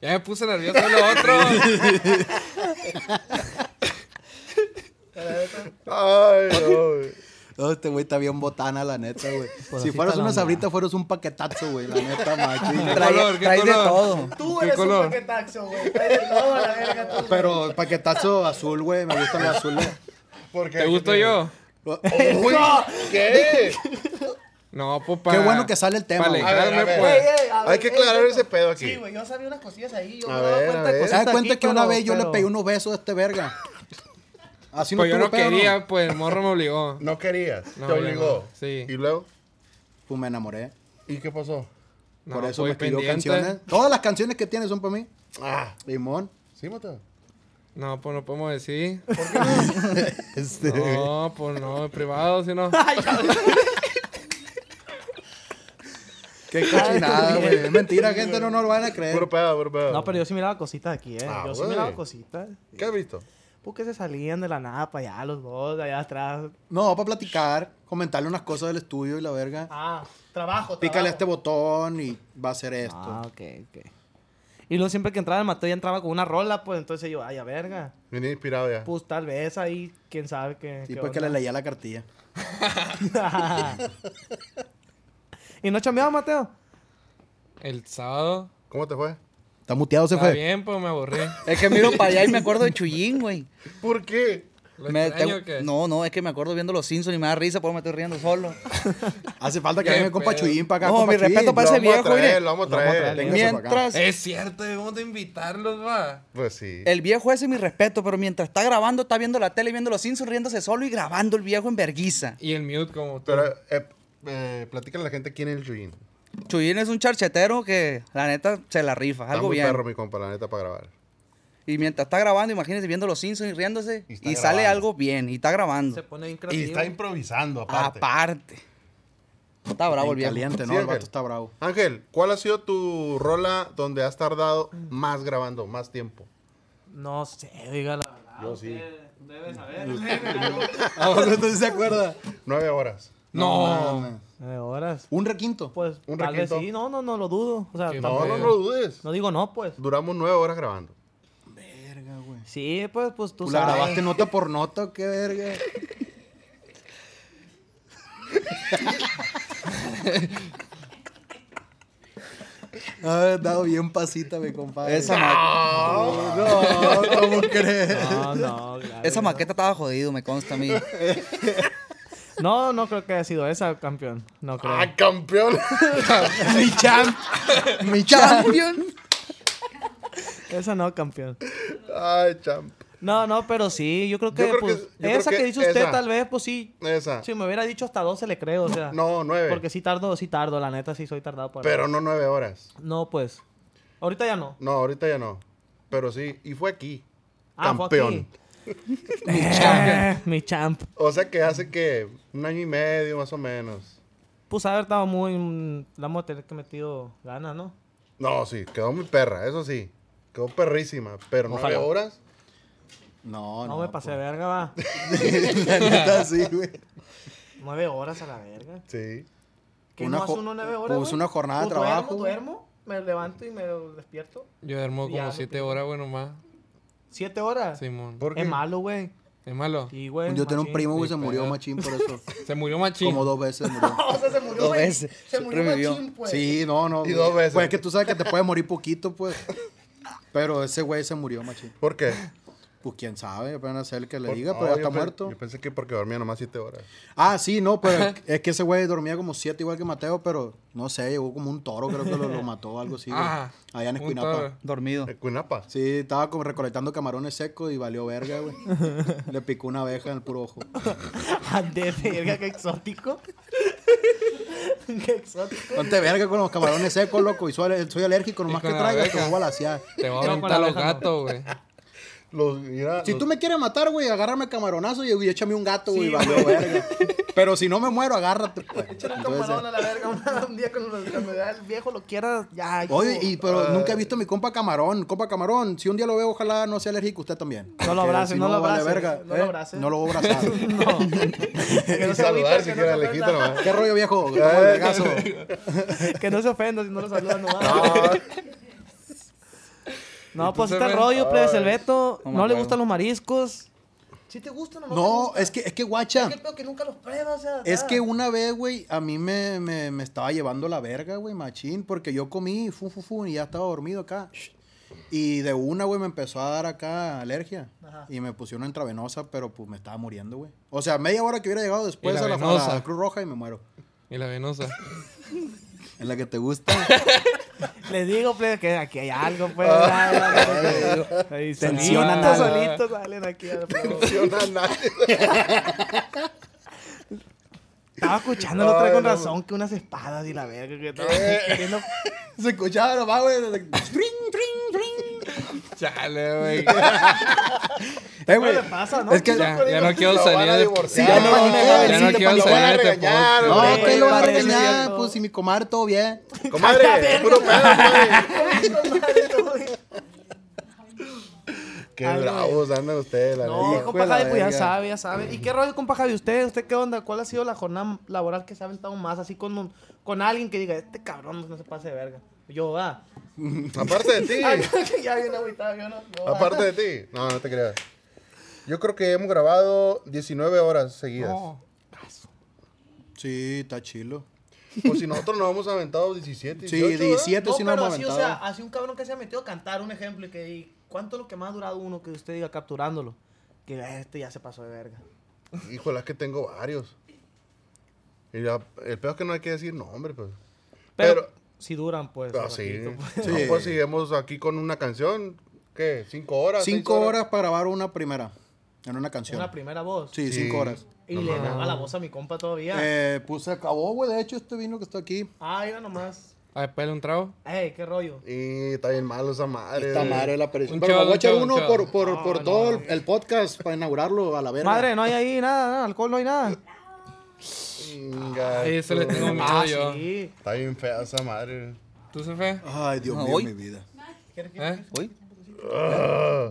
Ya me puse nervioso de lo otro. Ay, ay. No, este güey está bien botana, la neta, güey. Pues si así fueras está la una onda. sabrita, fueras un paquetazo, güey. La neta, machín. Trae, color? ¿Qué trae de color? todo. Tú ¿Qué eres color? un paquetaxo, güey. Eres todo a la verga, tú. Pero paquetazo azul, güey. Me gustan los azules. ¿Por qué? ¿Te gusto yo? Uy, ¿Qué? No, pues para. Qué bueno que sale el tema, Para güey. A ver, a ver. Ey, pues. ey, a Hay ver, que ey, aclarar loco. ese pedo aquí. Sí, güey, yo sabía unas cosillas ahí. Yo A me daba ver, cuenta a de ver. ¿Se cositas da cuenta aquí, que una pero- vez yo le pero- pegué unos besos a este verga? Así no Pues yo tuvo no pedo, quería, pues el morro me obligó. No querías. te No, yo no. obligó. Sí. ¿Y luego? Pues me enamoré. ¿Y qué pasó? No, Por eso pues, me escribió pendiente. canciones. Todas las canciones que tiene son para mí. Ah, Limón. sí, Mateo. No, pues no podemos decir. Este. No, pues no, es privado, si no. Qué cochinada, güey. Es mentira, gente. No, no lo van a creer. Puro pedo, puro pedo. No, pero yo sí miraba cositas aquí, eh. Ah, Yo sí güey. miraba cositas. ¿Qué has visto? Porque se salían de la nada para allá, los dos, de allá atrás. No, para platicar, comentarle unas cosas del estudio y la verga. Ah, trabajo, Pícale a este trabajo. botón y va a ser esto. Ah, ok, ok. Y luego siempre que entraba el Mateo ya entraba con una rola, pues entonces yo, ay, a verga. Venía inspirado ya. Pues tal vez ahí, quién sabe qué. y qué pues que le onda. leía la cartilla. ¿Y no chambeaba, Mateo? El sábado. ¿Cómo te fue? Está muteado, se Está fue. bien, pues me aburrí. Es que miro para allá y me acuerdo de Chuyín, güey. ¿Por qué? ¿Lo Me- extraño te- o qué? No, no, es que me acuerdo viendo los Simpsons y me da risa porque me estoy riendo solo. Hace falta que Qué venga mi compa pedo. Chuyín para acá. No, compa mi respeto Chuyín. para Lo vamos ese a viejo, traer, mire. Lo vamos a Lo vamos a traer. traer. Véngase para Mientras, Es cierto, debemos de invitarlos, va. Pues sí. el viejo ese es mi respeto, pero mientras está grabando, está viendo la tele, viendo los Simpsons, riéndose solo y grabando el viejo en verguiza. Y el mute como tú. Pero, eh, eh, platícale a la gente quién es el Chuyín. Chuyín es un charchetero que, la neta, se la rifa, Está algo muy bien. perro, mi compa, la neta, para grabar. Y mientras está grabando, imagínense viendo los Simpsons y riéndose, Y y, está sale grabando. algo bien, y está grabando. Se pone bien Y creativo. está improvisando, aparte. Aparte. Está bravo el Bien viejo. caliente, Sí, ¿no? El Ángel. vato está bravo. Ángel, ¿cuál ha sido tu rola donde has tardado más grabando, más tiempo? No sé, diga la verdad. Yo sí. usted- Debes saber. ¿A poco usted se acuerda? Nueve horas. No. mames. Eh, horas. Un requinto. Pues Un tal vez requinto. sí, no, no, no lo dudo. O sea, Sí, No, tampoco- no Hombre. lo dudes. no digo no, pues. Duramos nueve horas grabando. Verga, güey. Sí, pues, pues tú Tú la sabes. grabaste nota por nota, qué verga. Ah, dado bien pasita, mi compadre. Esa, ma- No, ¿cómo crees? No, no, claro. esa maqueta estaba jodido, me consta a mí. No, no creo que haya sido esa, campeón. No creo. ¡Ah, campeón! Mi champ. Mi champion. Esa no, campeón. ¡Ay, champ! No, no, pero sí, yo creo que, Yo creo que- pues, yo creo esa que, que dice usted, esa. tal vez, pues sí. Esa. Si me hubiera dicho hasta 12, le creo, o sea. No, nueve. Porque sí tardo, sí tardo, la neta, sí soy tardado para. Pero no nueve horas. No, pues. Ahorita ya no. No, ahorita ya no. Pero sí, y fue aquí. Ah, fue campeón. Mi Eh, champ. Eh, Mi champ. O sea que hace que un año y medio más o menos. Pues haber estado muy. mm, La vamos a tener que metido ganas, ¿no? No, sí, quedó muy perra, eso sí. Quedó perrísima, pero nueve Ojalá. horas. No, No, no. me pasé verga, va. pues. La neta, sí, güey. Nueve horas a la verga. Sí. ¿Qué Una no hace jo- uno nueve horas? pues, güey? una jornada de Pues, duermo, trabajo, güey. Duermo, me levanto y me despierto. Yo duermo Ya, como no siete horas, bueno, más. ¿Siete horas? Simón. ¿Por qué? Es malo, güey. Es malo. Y, güey. Yo tenía un machín. primo, güey, se Sí, murió pero- machín por eso. Se murió Machín. Como dos veces murió. O sea, se murió. Dos güey. veces. Se murió Revivió. machín, pues. Sí, no, no. Y güey. dos veces. Pues es que tú sabes que te puede morir poquito, pues. Pero ese güey se murió, machín. ¿Por qué? Pues quién sabe, apenas ser el que le Por- diga, no, pero ya yo está pe- muerto. Yo pensé que porque dormía nomás siete horas. Ah, sí, no, pero es que ese güey dormía como siete igual que Mateo, pero no sé, llegó como un toro, creo que lo, lo mató algo así. güey. Ah, allá en un toro. Escuinapa. Dormido. En Cuinapa. Sí, estaba como recolectando camarones secos y valió verga, güey. Le picó una abeja en el puro ojo. Ah, de verga, qué exótico. qué exótico. Ponte verga con los camarones secos, loco, y soy, ale- soy alérgico, nomás Y con que la traiga, te abeja. voy a laciar. Te va No, a con la aventar los oreja no. gatos, güey. Los, mira, Si los- tú me quieres matar, güey, agárrame camaronazo y, y échame un gato, güey, Sí, y valió verga. Pero si no me muero, agárrate, pues. Echar un Entonces, camarón a la verga una- un día cuando, cuando ya el viejo lo quiera, ya. hijo. eh, Oye, y, pero nunca he visto a mi compa Camarón. Compa Camarón, si un día lo veo, ojalá no sea alérgico usted también. No lo Porque abrace, si no lo vale abrace, verga, no lo ¿eh? abrace. No lo voy a abrazar. No. Que y no se saludar si agüite, que no quiera, se le quita ofenda. nomás. ¿Qué rollo, viejo? ¿Qué tal el vergazo? Que no se ofenda si no lo saludan nomás. No, pues este Entonces, rollo, plebes, el Beto. No me No le acuerdo. gustan los mariscos. ¿Sí te gustan o no? No, es que, es que guacha. creo que nunca los pruebas, o sea. Es que una vez, güey, a mí me, me, me estaba llevando la verga, güey, machín, porque yo comí, fu, fu, fu, y ya estaba dormido acá. Y de una, güey, me empezó a dar acá alergia. Ajá. Y me pusieron intravenosa, pero pues me estaba muriendo, güey. O sea, media hora que hubiera llegado después la a la, a venosa. la Cruz Roja y me muero. Y la venosa. En la que te gusta. Les digo, plebes, que aquí hay algo, pues. ya, ya, ya. Ahí Tensión solitos, anal. solitos salen aquí. al flow. Estaba escuchando el otro día con razón que unas espadas y la verga que estaba diciendo. Se escuchaba nomás, güey. de- de- tring, tring, tring. Chale, güey. Eh, ¿Qué güey. le pasa, no? Es que. Ya, ya no quiero Lo van a salir de divorciar. Ya Sí, no, ya ya no quiero no quiero salir salir de de este podcast. No, Güey, que lo van a parece regañar, cierto. pues si mi comar todo bien. Comadre, puro pedo, güey. Qué Ay, bravos andan ustedes, la No, neta. compa la Javi, pues ya verga. sabe, ya sabe. ¿Y qué rollo, compa Javi? ¿Usted, usted qué onda? ¿Cuál ha sido la jornada laboral que se ha aventado más? Así con, un- con alguien que diga, este cabrón no se pase de verga. Yo, va. Ah, Aparte de ti. ya bien agüitado, yo no. yo, ah. Aparte de ti. No, no te creas. Yo creo que hemos grabado 19 horas seguidas. No. Sí, está chilo. Pues si nosotros nos hemos aventado 17, Sí, 18, ¿eh? 17. No, sí nos pero hemos así, o sea, aventado. así un cabrón que se ha metido a cantar un ejemplo y que y ¿cuánto es lo que más ha durado uno que usted diga capturándolo? Que "Ah, este ya se pasó de verga. Híjole, es que tengo varios. Y la- el peor es que no hay que decir nombre, pues. Pero, Pero- si duran, pues. Ah, un sí. ratito, pues. No, pues si hemos aquí con una canción, ¿qué? ¿Cinco horas? seis Cinco horas para grabar una primera. En una canción. Una primera voz. Sí, Sí. cinco horas. Y le daba la voz a mi compa todavía. Eh, pues se acabó, güey. De hecho, este vino que está aquí. Ah, mira nomás. A ver, pele un trago. Ey, qué rollo. Y está bien malo esa madre. Esta güey. madre la aparición. Un Pero me chavo, voy a un echar chavo, uno un chavo. por, por, por todo el- el podcast para inaugurarlo a la verga. Madre, no hay ahí nada, nada, alcohol no hay nada. Chinga, Ahí eso le tú. tengo miedo Ah, yo. sí. Está bien fea esa madre. ¿Tú se fe? Ay, Dios No, mío, hoy. mi vida. ¿Eh? Uy.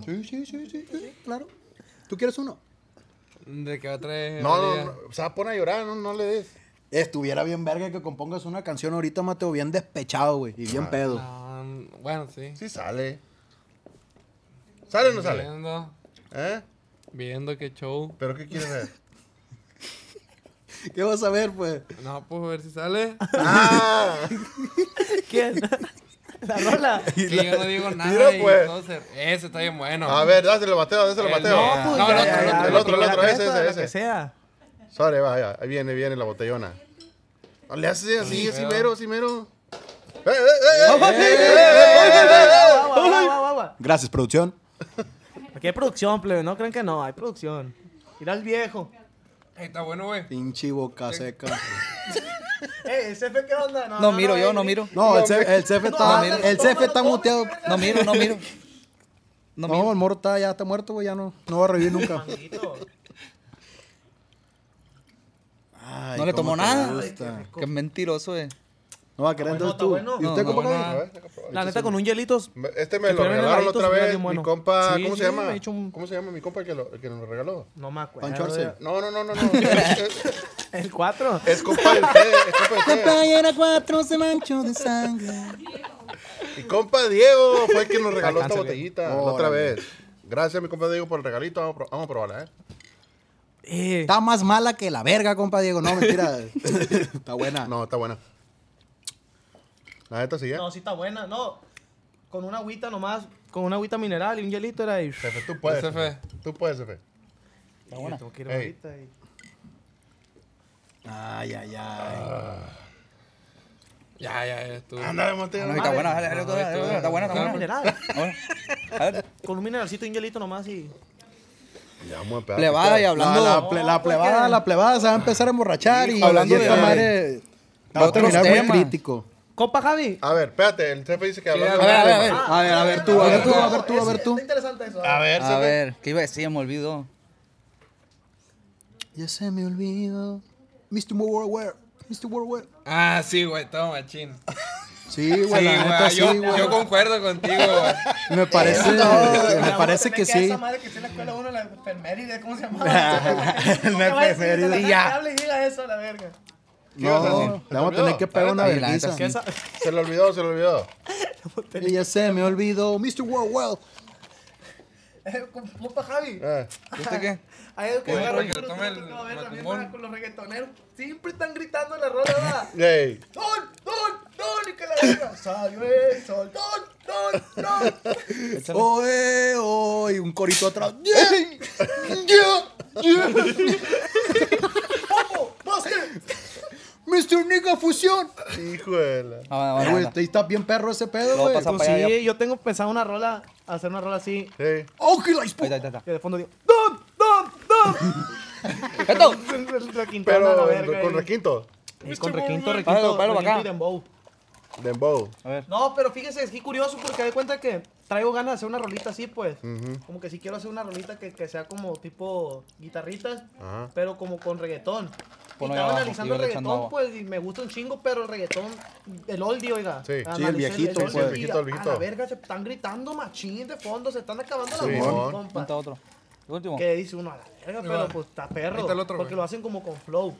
Sí, sí, sí, sí, sí, claro. ¿Tú quieres uno? De que va a traer. No, no, María. no, o sea, pone a llorar, no, no le des. Estuviera bien verga que compongas una canción ahorita, Mateo, bien despechado, güey. Y bien pedo. Ah, bueno, sí. Sí sale. ¿Sale o no sale? Viendo, ¿Eh? viendo qué show. ¿Pero qué quieres ver? ¿Qué vas a ver, pues? No, pues a ver si sale. ¡Ah! ¿Quién? La rola. Que yo no digo nada. Mira, y pues. todo se- Ese está bien bueno. A ver, dáselo, Mateo, dáselo, El- Mateo. no, pues, no, ya, el ya, ya, otro, el otro, el la otro, ese, cresta, la ese, que ese. sea. Sorry, vaya, ahí viene, viene la botellona. No le haces así, así mero, así mero. ¡Eh, eh, eh, eh! Agua, agua, agua, agua. Gracias, producción. Aquí hay producción, plebe. No crean que no, hay producción. Mira al viejo. Ahí Está bueno, güey. Pinche boca seca. Eh, ese fue qué onda. No miro yo, eh. no miro. No, el CF, el CF No, está, mira. el CF está muteado. No miro, no miro. No No, miro. el moro está, ya está muerto, güey. Ya no, no va a revivir nunca. Manguito. Ay, No le cómo tomó te nada. gusta. Qué mentiroso, eh. No va a querer entonces está tú. bueno. ¿Y usted No, cómo no, cae? no. A ver, deja probar. La neta, con un hielito. Este me Que lo tuvieron regalaron la heladitos, otra estuviera vez. bien bueno. Mi compa, Sí, ¿cómo sí, se llama? me he hecho un- ¿Cómo se llama mi compa que, lo, que nos lo regaló? No me acuerdo. Pancho Arce. No, no, no, no, no. es, es- El 4. es compa del Fede, es compa del Fede. Playera cuatro se manchó de sangre. Mi compa Diego fue el que nos regaló esta Alcánzale. botellita la otra vez. Gracias, mi compa Diego, por el regalito. Vamos a, pro- vamos a probarla, ¿eh? Eh, Está más mala que la verga, compa Diego. No, mentira. está Ah. buena. No, está buena. La neta sí, ¿eh? no, sí está buena. No, con una agüita nomás. Con una agüita mineral y un hielito era ahí. Jefe, tú puedes. Ese jefe. fue. Tú puedes, jefe. Tengo que ir Ey. ahorita. y- Ay, ay, ay. Ya, ya, ya estuvo. Anda, Mateo. Ah, No, está buena, dale, dale, No, dale, dale, ahí dale, está. está buena, Con está una buena. mineral. Está buena. A ver, Con un mineralcito y un hielito nomás y... Ya vamos a pegar. plebada y hablando. la, la ple- la plebada, la plebada se va a empezar a emborrachar y Híjole, hablando de sí, esta sí. madre. De Va a otros terminar muy temas. crítico. Compa Javi. A ver, espérate. El jefe dice que hablando a de ver, otro a ver, tema. a ver. Ah, A ver, a ver tú, a ver tú, a ver tú, a ver tú. Ah, Está interesante eso. ah. A ver, A jefe. ver, ¿qué iba a decir? Me olvidó. Ya se me olvidó. Mr. Worldware. Mr. Worldware. Ah, sí, güey, todo machín. Sí, Sí, güey, la neta güey, sí, yo, güey. yo concuerdo contigo, güey. Me parece, me parece que sí. Esa madre que está en la escuela uno, la enfermería, ¿cómo se llama? Una Ah, enfermería. Hable y diga eso a la verga. ¿Qué vas a decir? No, ¿Se te le vamos a tener olvidó? que pegar una Sí, la neta vergüenza. sí. Esa- Se le olvidó, se le olvidó. Y Ya se me olvidó. Mr. Worldware. Eh, com- Compa Javi. Eh. ¿Viste qué? Ahí es que Oye, agarra que con- tome el con- con- con- macumbón. con- con los reggaetoneros. Siempre están gritando en la rola, ¿verdad? Ey. ¡Don! ¡Don! ¡Don! ¡Y que la verga! ¡Salió el sol! ¡Don! ¡Don! ¡Don! Oh, eh. Oe, oe, y un corito atrás. ¡Popo! ¡Bosque! Mr. Nigga Fusión. Hijo de la... Ah, bueno, Eh, güey, bueno. ahí está bien perro ese pedo, Luego güey. pasa- Pues para allá, sí, yo tengo pensado una rola, hacer una rola así, Ey. Ojo, y la espu- Ahí está, ahí está, ahí que de fondo digo, ¡Don! ¡Don! está. ¡Esto! ¡Don! Requintón a la Pero verga. con ahí. requinto. Y con requinto, Páralo, requinto, páralo para requinto acá. y dembow. Dembow. A ver. No, pero fíjense, es que curioso porque de cuenta que traigo ganas de hacer una rolita así, pues. Como que si quiero hacer una rolita que, que sea como tipo guitarritas, Ajá. pero como con reggaetón. Y Ponlo ahí estaba abajo, y analizando yo el le echando reggaetón, agua. pues, y me gusta un chingo, pero el reggaetón, el oldie, oiga. Sí. Sí, el Analicé viejito, oldie pues. y El viejito, el a- A viejito. la verga, se están gritando machín de fondo, se están acabando las Sí, voces, mon. compa. Ponte otro. El último. Que dice uno a la verga, pero va. pues está perro. Ahí está el otro, porque güey. lo hacen como con flow.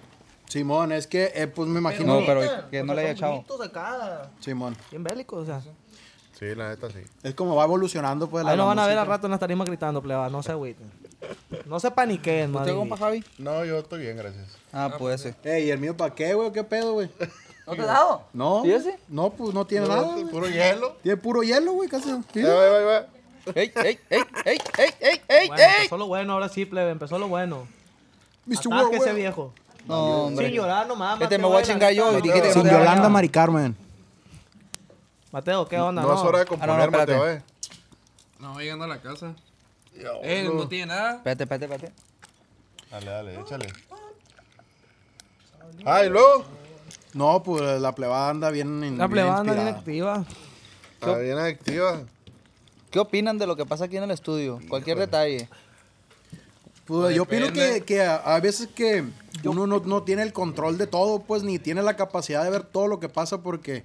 Simón, es que, eh, pues me imagino. No, pero neta, que o no sea, le haya son echado. gritos acá, Simón. Bien bélicos, o sea. Sí, la neta sí. Es como va evolucionando, pues. la- Ahí la nos van a ver música. al rato en las tarimas gritando, pleba. No se agüiten. No se paniquen, ¿Usted madre. compa Javi? No, yo estoy bien, gracias. Ah, pues ese. Ey, ¿el mío para qué, güey? ¿Qué pedo, güey? ¿No te dado? No. ¿Y ese? No, pues no tiene nada. Puro güey. puro hielo. Tiene puro hielo, güey, casi. Ahí Mira. va, ahí va, ahí va. ¡Ey, ey, ey, ey, ey, ey, ey, Bueno, ey! empezó lo bueno, ahora sí, plebe. Empezó lo bueno. Mr. Atáquese, Worldware. viejo. No, Sin hombre. llorar nomás, Este me Mateo, voy a eh, la chingar neta. yo y dijiste que no Sin te daba Yolanda nada. Mari Carmen. Mateo, ¿qué onda? No es hora de componer, Ah, no, no, espérate. Mateo, eh. No, voy llegando a la casa. Eh, uh. no tiene nada. Espérate, espérate, espérate. Dale, dale, échale. Ah, y luego. No, pues la plebada anda bien. in- La bien plebada bien inspirada. activa. Está bien activa. ¿Qué opinan de lo que pasa aquí en el estudio? Cualquier detalle. Pues, yo opino que, Depende. que a, a veces que uno no, no tiene el control de todo, pues ni tiene la capacidad de ver todo lo que pasa porque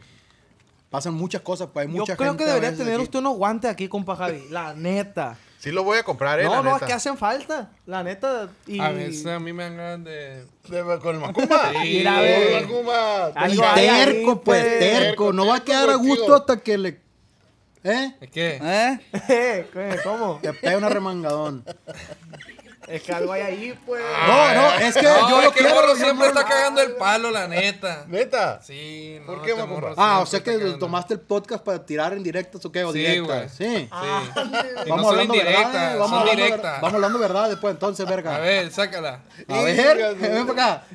pasan muchas cosas, pues hay Yo mucha creo que gente a debería veces tener aquí. usted unos guantes aquí, compa Javi. La neta. Sí lo voy a comprar, eh, No, la no, es neta. que hacen falta. La neta. Y... A veces a mí me dan ganas de. De- Con el Macumba. Sí. Mira, Con el ve. Macumba. Algo Tenga- hay ahí, Terco, pues, pues. terco. No va a quedar a gusto hasta que le. ¿Eh? ¿Es qué? ¿Eh? Eh, ¿qué? ¿Cómo? Que pegue una remangadón. Es que algo hay ahí, pues. Ah. No, no, es que No, yo es lo que el quiero. morro yo no- siempre está cagando el palo, la neta. Neta. Sí, no. ¿Por qué, este Macumba? morro Ah, o siempre sea está que cagando. tomaste el podcast para tirar en directas o qué, o Sí, directas. Sí. Sí. Y no Ah, Vamos son hablando indirectas, verdad. eh, Vamos, son hablando, ver- directas. vamos hablando verdad después, entonces, verga. A ver, sácala. A ver, ven para acá.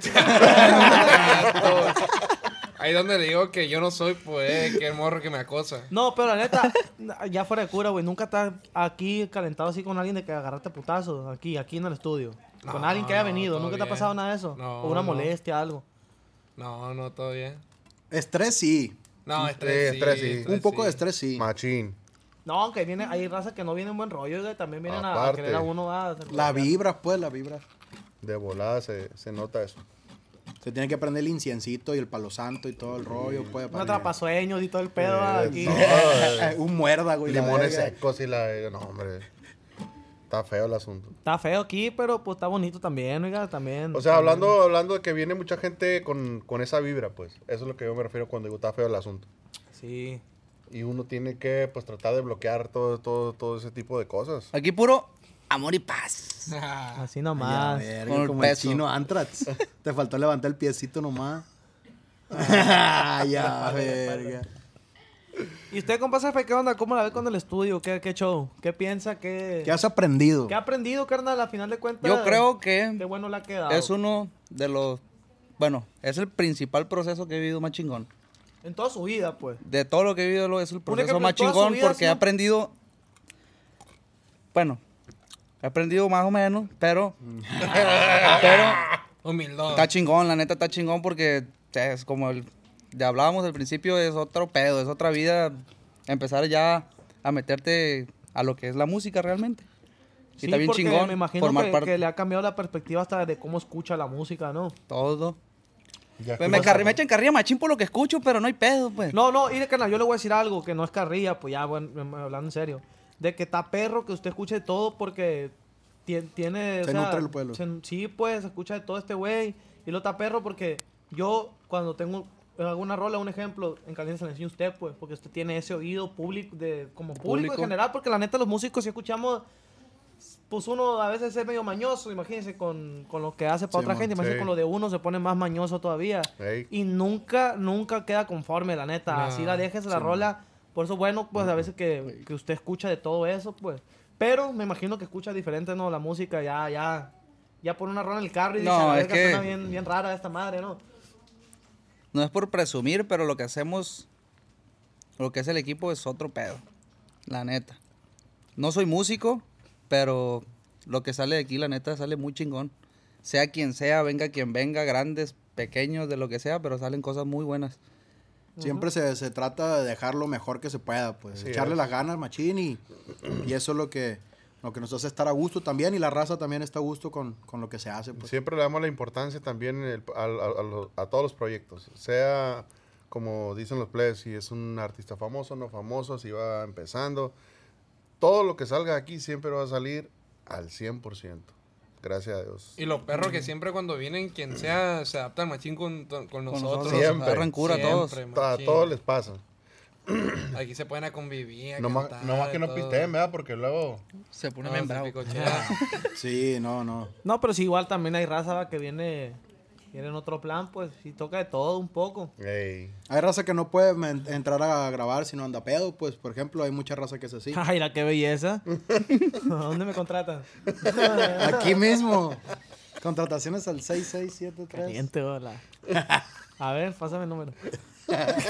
Ahí donde le digo que yo no soy, pues, que el morro que me acosa. No, pero la neta, ya fuera de cura, güey. Nunca estás aquí calentado así con alguien de que agarraste putazo. Aquí, aquí en el estudio. con No, alguien que haya no, venido. todo ¿Nunca te ha bien. pasado nada de eso? No, o una no. molestia, algo. No, no, todo bien. Estrés sí. No, estrés. Sí, estrés sí. Un poco de estrés sí. Machín. No, aunque viene, hay razas que no vienen buen rollo, güey. También vienen a- a Aparte. querer a uno. A, La vibra, pues, la vibra. De volada se, se nota eso. Se tiene que prender el inciencito y el palo santo y todo el rollo, pues. Un para- atrapasueños y todo el pedo aquí. No, eh, Un muerda, güey. la limones eh. verga. secos y la. No, hombre. Está feo el asunto. Está feo aquí, pero pues está bonito también, oiga, también. O sea, hablando, hablando de que viene mucha gente con, con esa vibra, pues. Eso es lo que yo me refiero cuando digo está feo el asunto. Sí. Y uno tiene que, pues, tratar de bloquear todo, todo, todo ese tipo de cosas. Aquí puro amor y paz. Ah, Así Ya, nomás. verga, Con el como el peso. chino Antrax. Te faltó levantar el piecito nomás. ya, verga. ¿Y usted, compa Cefe, qué onda? ¿Cómo la ve con el estudio? ¿Qué, qué show? ¿Qué piensa? ¿Qué, ¿Qué has aprendido? qué ha aprendido, carnal? A final de cuentas. Yo creo Qué que bueno le ha quedado. es uno de los. Bueno, es el principal proceso que he vivido más chingón. En toda su vida, pues. De todo lo que he vivido, lo- es el proceso ejemplo, más en toda su chingón vida ha porque he sido- aprendido. Bueno, he aprendido más o menos, pero. pero Humildad. Está chingón, la neta está chingón porque es como el, ya hablábamos al principio, es otro pedo, es otra vida. Empezar ya a meterte a lo que es la música realmente. Y está bien porque chingón Me imagino formar que, parte que le ha cambiado la perspectiva hasta de cómo escucha la música, ¿no? todo. Ya Pues me, escuchas- carri- me echan carrilla machín por lo que escucho, pero no hay pedo, pues. No, no, mire, carnal, yo le voy a decir algo que no es carrilla, pues ya, bueno, em- hablando en serio. De que está perro que usted escuche de todo porque tie- tiene. o Se sea, nutre el pueblo. se- sí, pues, escucha de todo este güey. Y lo está perro porque yo, cuando tengo alguna rola, un ejemplo, en caliente se le enseña a usted, pues, porque usted tiene ese oído público, de, como público, Público. en general, porque la neta, los músicos, si escuchamos. Pues uno a veces es medio mañoso, imagínense, con, con lo que hace para otra Simón, gente, imagínense sí. con lo de uno se pone más mañoso todavía. Ey. Y nunca, nunca queda conforme, la neta. No, Así la dejes, la rola. Por eso, bueno, pues a veces que, que usted escucha de todo eso, pues. Pero me imagino que escucha diferente, ¿no? La música ya, ya. Ya pone una rola en el carro y dice, No, "A la es verga, que- suena bien, bien rara esta madre, ¿no? No es por presumir, pero lo que hacemos, lo que es el equipo es otro pedo. La neta. No soy músico, pero lo que sale de aquí, la neta, sale muy chingón. Sea quien sea, venga quien venga, grandes, pequeños, de lo que sea, pero salen cosas muy buenas. Siempre se, se trata de dejar lo mejor que se pueda, pues. Así Echarle es. las ganas, machín, y, y eso es lo que, lo que nos hace estar a gusto también, y la raza también está a gusto con, con lo que se hace, pues. Siempre le damos la importancia también el- al- al- a, lo- a todos los proyectos. Sea como dicen los players, si es un artista famoso, no famoso, si va empezando. Todo lo que salga aquí siempre va a salir al 100%. Gracias a Dios. Y los perros que siempre cuando vienen, quien sea, se adapta al machín con, con nosotros. nosotros, Siempre. agarran cura a todos. Siempre, A machín. todos les pasa. Aquí se pueden a convivir, a No más cantar, no más que no todo. pisteen, ¿verdad? Porque luego... Se pone No, bien se bravo. picochea. Sí, no, no. No, pero si igual también hay raza va, que viene, viene en otro plan, pues. Si toca de todo un poco. Ey. Hay raza que no puede men- entrar a grabar si no anda pedo, pues, por ejemplo, hay mucha raza que es así. Ay, la qué belleza. ¿A dónde me contratan? Aquí mismo. Contrataciones al 6673. Caliente, hola. A ver, pásame el número.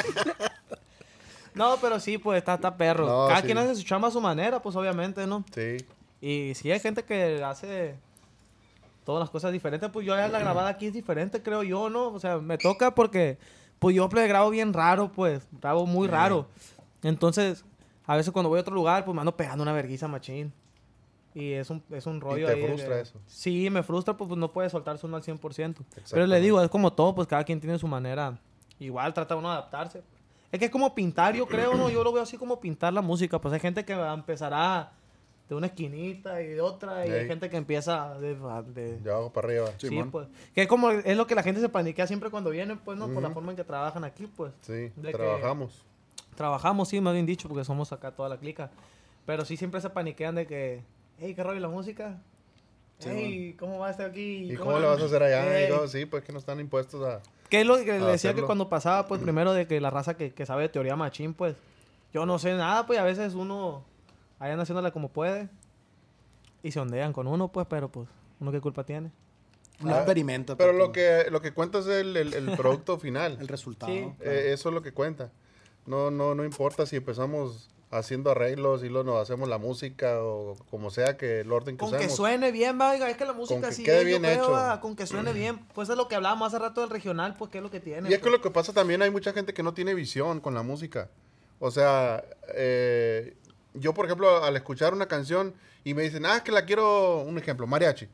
No, pero sí, pues está, está perro. No, Cada sí. quien hace su chamba a su manera, pues obviamente, ¿no? Sí. Y si hay gente que hace todas las cosas diferentes, pues yo ya la grabada aquí es diferente, creo yo, ¿no? O sea, me toca porque, pues yo pues, grabo bien raro, pues, grabo muy raro. Entonces, a veces cuando voy a otro lugar, pues me ando pegando una verguiza machín. Y es un, es un rollo te ahí de- frustra eso. Sí, me frustra, pues, pues, no puede soltarse uno al 100%. Pero le Exactamente. digo, es como todo, pues cada quien tiene su manera. Igual trata uno de adaptarse. Es que es como pintar, yo creo, ¿no? Yo lo veo así como pintar la música. Pues hay gente que va- empezará de una esquinita y de otra, y hay Ey. gente que empieza de, de- De abajo para arriba. sí, Simón. pues. Que es como, es lo que la gente se paniquea siempre cuando vienen, pues, ¿no? Por la forma en que trabajan aquí, pues. Sí, De que- trabajamos. Trabajamos, sí, más bien dicho, porque somos acá toda la clica. Pero sí siempre se paniquean de que, hey, ¿qué rollo la música? Sí, Ey, ¿cómo va a estar aquí? ¿Y cómo lo vas a hacer allá? Ey, Y luego, sí, pues que no están impuestos a... que es lo que le a decía que hacerlo. cuando pasaba, pues primero de que la raza que, que sabe de teoría machín, pues yo no sé nada, pues a veces uno vayan haciéndola como puede y se ondean con uno, pues, pero pues, uno qué culpa tiene. Un Ah, experimento. Pero pues, lo que, lo que cuenta es el, el- el producto final. El resultado. Sí. Eh, eso es lo que cuenta. No, no, no importa si empezamos haciendo arreglos y luego nos hacemos la música o como sea que el orden que Con que usemos. suene bien, va, oiga, es que la música que sí quede es, yo bien creo, hecho. va, con que suene bien, pues es lo que hablábamos hace rato del regional, pues que es lo que tiene. Y es que pues. lo que pasa también, hay mucha gente que no tiene visión con la música. O sea, eh, yo, por ejemplo, al escuchar una canción y me dicen, ah, que la quiero, un ejemplo, mariachi.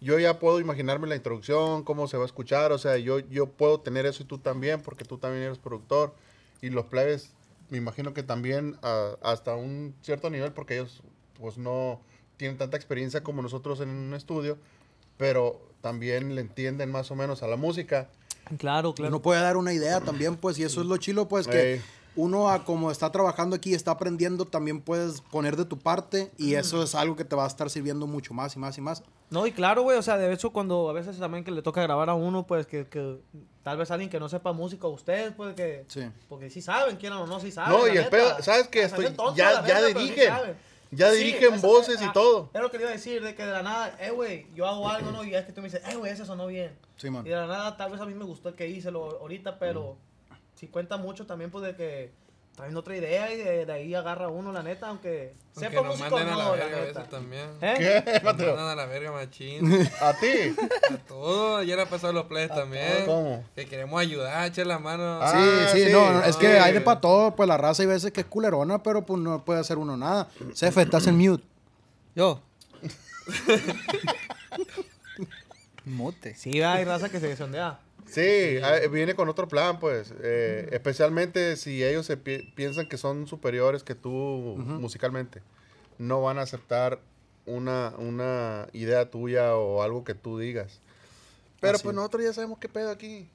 Yo ya puedo imaginarme la introducción, cómo se va a escuchar, o sea, yo, yo puedo tener eso y tú también, porque tú también eres productor. Y los plebes, me imagino que también ah, hasta un cierto nivel, porque ellos pues no tienen tanta experiencia como nosotros en un estudio, pero también le entienden más o menos a la música. Claro, claro. Uno puede dar una idea también, pues, y eso es lo chilo, pues, que Ey. uno, a como está trabajando aquí, está aprendiendo, también puedes poner de tu parte, y eso es algo que te va a estar sirviendo mucho más y más y más. No, y claro, güey, o sea, de hecho, cuando a veces también que le toca grabar a uno, pues que, que tal vez alguien que no sepa música, ustedes, pues que. Sí. Porque sí saben, quieran o no, sí saben. No, Ah, la y el neta. pedo, ¿sabes qué? O sea, Estoy, son tontos a ya, la ya verga, pero sí dirigen. saben. Ya Sí, dirigen eso- voces y ah, todo. Es lo que le iba a decir, de que de la nada, eh, güey, yo hago algo, ¿no? Y es que tú me dices, eh, güey, ese sonó bien. Sí, man. Y de la nada, tal vez a mí me gustó el que hice lo, ahorita, pero sí cuenta mucho también, pues, de que traen otra idea y de, de ahí agarra uno, la neta, aunque Aunque sepa nos música o manden a la no, la verga a veces neta. también. ¿Eh? ¿Qué, Nos Mateo? mandan a la verga machín. A ti. A todo. Ayer le ha pasado a los players también. ¿Cómo? Que queremos ayudar, echar la mano. Ah, sí, sí, sí, no, no, es sí. que hay de para todo, pues la raza hay veces que es culerona, pero pues no puede hacer uno nada. Cefe, estás en mute. Yo. Mute. Sí, hay raza que se sondea. Sí, ah, viene con otro plan, pues. eh, Especialmente si ellos se pi- piensan que son superiores que tú musicalmente. No van a aceptar una, una idea tuya o algo que tú digas. Pero Así pues es. nosotros ya sabemos qué pedo aquí.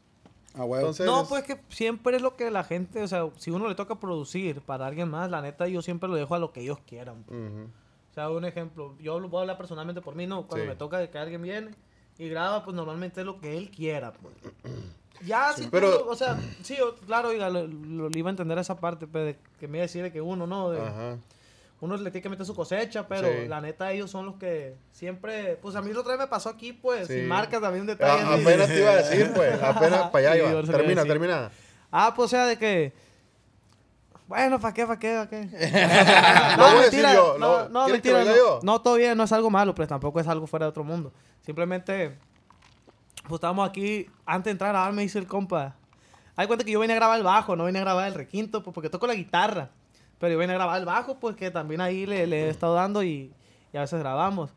Ah, huevo. Entonces, No, pues que siempre es lo que la gente, o sea, si uno le toca producir para alguien más, la neta yo siempre lo dejo a lo que ellos quieran. ujú. O sea, un ejemplo, yo lo voy a hablar personalmente por mí, no, cuando Sí. me toca de que alguien viene y graba, pues normalmente es lo que él quiera. pues. Ya, sí, Pero- pero, o sea, sí, o- claro, oiga, lo, lo- le iba a entender esa parte, pues, de que me iba a decir de que uno, ¿no? De- Ajá. uno le tiene que meter su cosecha, pero Sí. la neta ellos son los que siempre, pues a mí lo otra vez me pasó aquí, pues, Sí. sin marcas también un detalle. A- así de- Ah, apenas te iba a decir, pues. Apenas para allá Sí, iba. ahora se lo iba a Termina, decir. termina. Ah, pues o sea, de que. Bueno, ¿para qué? ¿Para qué? ¿Para qué? Lo voy a decir yo, lo- No, no, ¿quieres que lo mentira. diga No, yo? no, todo bien, no es algo malo, pero tampoco es algo fuera de otro mundo. Simplemente, pues estábamos aquí. Antes de entrar a grabar, me dice el compa. Hay cuenta que yo venía a grabar el bajo, no venía a grabar el requinto, pues porque toco la guitarra. Pero yo venía a grabar el bajo, pues que también ahí le, le he estado dando y, y a veces grabamos.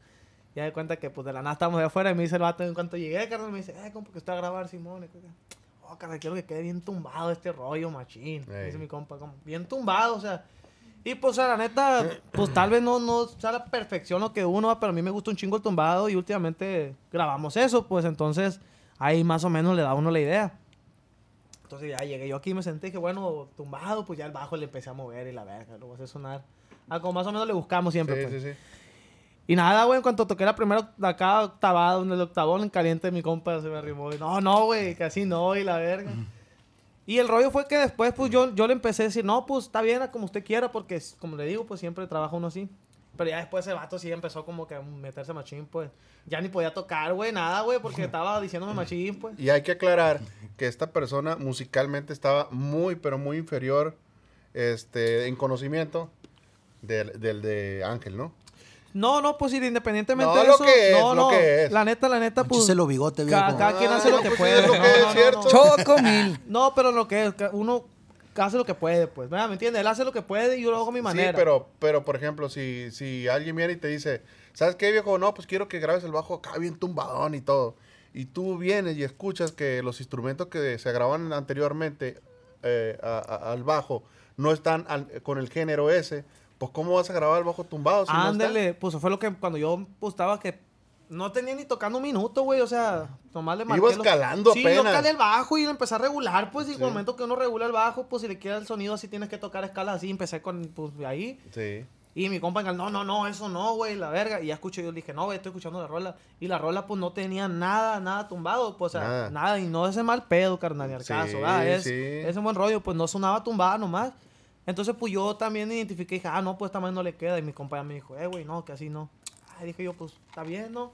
Ya de cuenta que pues de la nada estamos de afuera y me dice el vato en cuanto llegué, carnal, me dice, eh, compa, que está a grabar Simón. Y yo, Oh, carnal, quiero que quede bien tumbado este rollo, machín. Ey. Dice mi compa, como, bien tumbado, o sea. Y pues, o sea, la neta, pues tal vez no, no sea la perfección lo que uno, va, pero a mí me gusta un chingo el tumbado y últimamente grabamos eso, pues entonces ahí más o menos le da a uno la idea. Entonces ya llegué yo aquí y me senté y dije, bueno, tumbado, pues ya el bajo le empecé a mover y la verga, lo voy a hacer sonar. Ah, como más o menos le buscamos siempre. Sí, pues. sí, sí. Y nada, güey, en cuanto toqué la primera oct- acá octavada, en el octavón en caliente, mi compa se me arrimó. Y, no, no, güey, casi no, y la verga. Y el rollo fue que después, pues yo, yo le empecé a decir, no, pues está bien, a como usted quiera, porque s- como le digo, pues siempre trabaja uno así. Pero ya después ese vato sí empezó como que a meterse machín, pues. Ya ni podía tocar, güey, nada, güey, porque estaba diciéndome machín, pues. Y hay que aclarar que esta persona musicalmente estaba muy, pero muy inferior este, en conocimiento del, del de Ángel, ¿no? No, no, pues independientemente No, de lo eso. que es, no, lo no. que es. La neta, la neta, pues. Chise lo bigote, ca- viejo. cada quien hace lo que pues, puede. es lo no, que es, no, no, ¿cierto? no. Choco mil. No, pero lo que es, que uno hace lo que puede, pues. ¿verdad? ¿Me entiendes? Él hace lo que puede y yo lo hago a mi manera. Sí, pero, pero por ejemplo, si, si alguien viene y te dice, ¿sabes qué, viejo? No, pues quiero que grabes el bajo acá bien tumbadón y todo. Y tú vienes y escuchas que los instrumentos que se grababan anteriormente eh, a- a- al bajo no están al- con el género ese, Pues, ¿cómo vas a grabar el bajo tumbado? Si no está? Ándale, pues eso fue lo que cuando yo pues, estaba que no tenía ni tocando un minuto, güey. O sea, nomás le marqué. Ibas los- calando sí, apenas. yo calé el bajo y lo empecé a regular, pues. Y en el momento que uno regula el bajo, pues si le queda el sonido así, tienes que tocar escalas así. Empecé con, pues ahí. Sí. Y mi compa, no, no, no, eso no, güey, la verga. Y ya escucho, yo le dije, no, güey, estoy escuchando la rola. Y la rola, pues no tenía nada, nada tumbado, pues, o sea, Nada. nada. Y no ese mal pedo, carnal, ni al Sí, caso, ¿verdad? Es, sí. Ese buen rollo, pues no sonaba tumbada nomás. Entonces, pues yo también identifiqué, dije, ah, no, pues esta madre no le queda. Y mi compa ya me dijo, eh, güey, no, que así no. Ah, dije yo, pues, está bien, ¿no?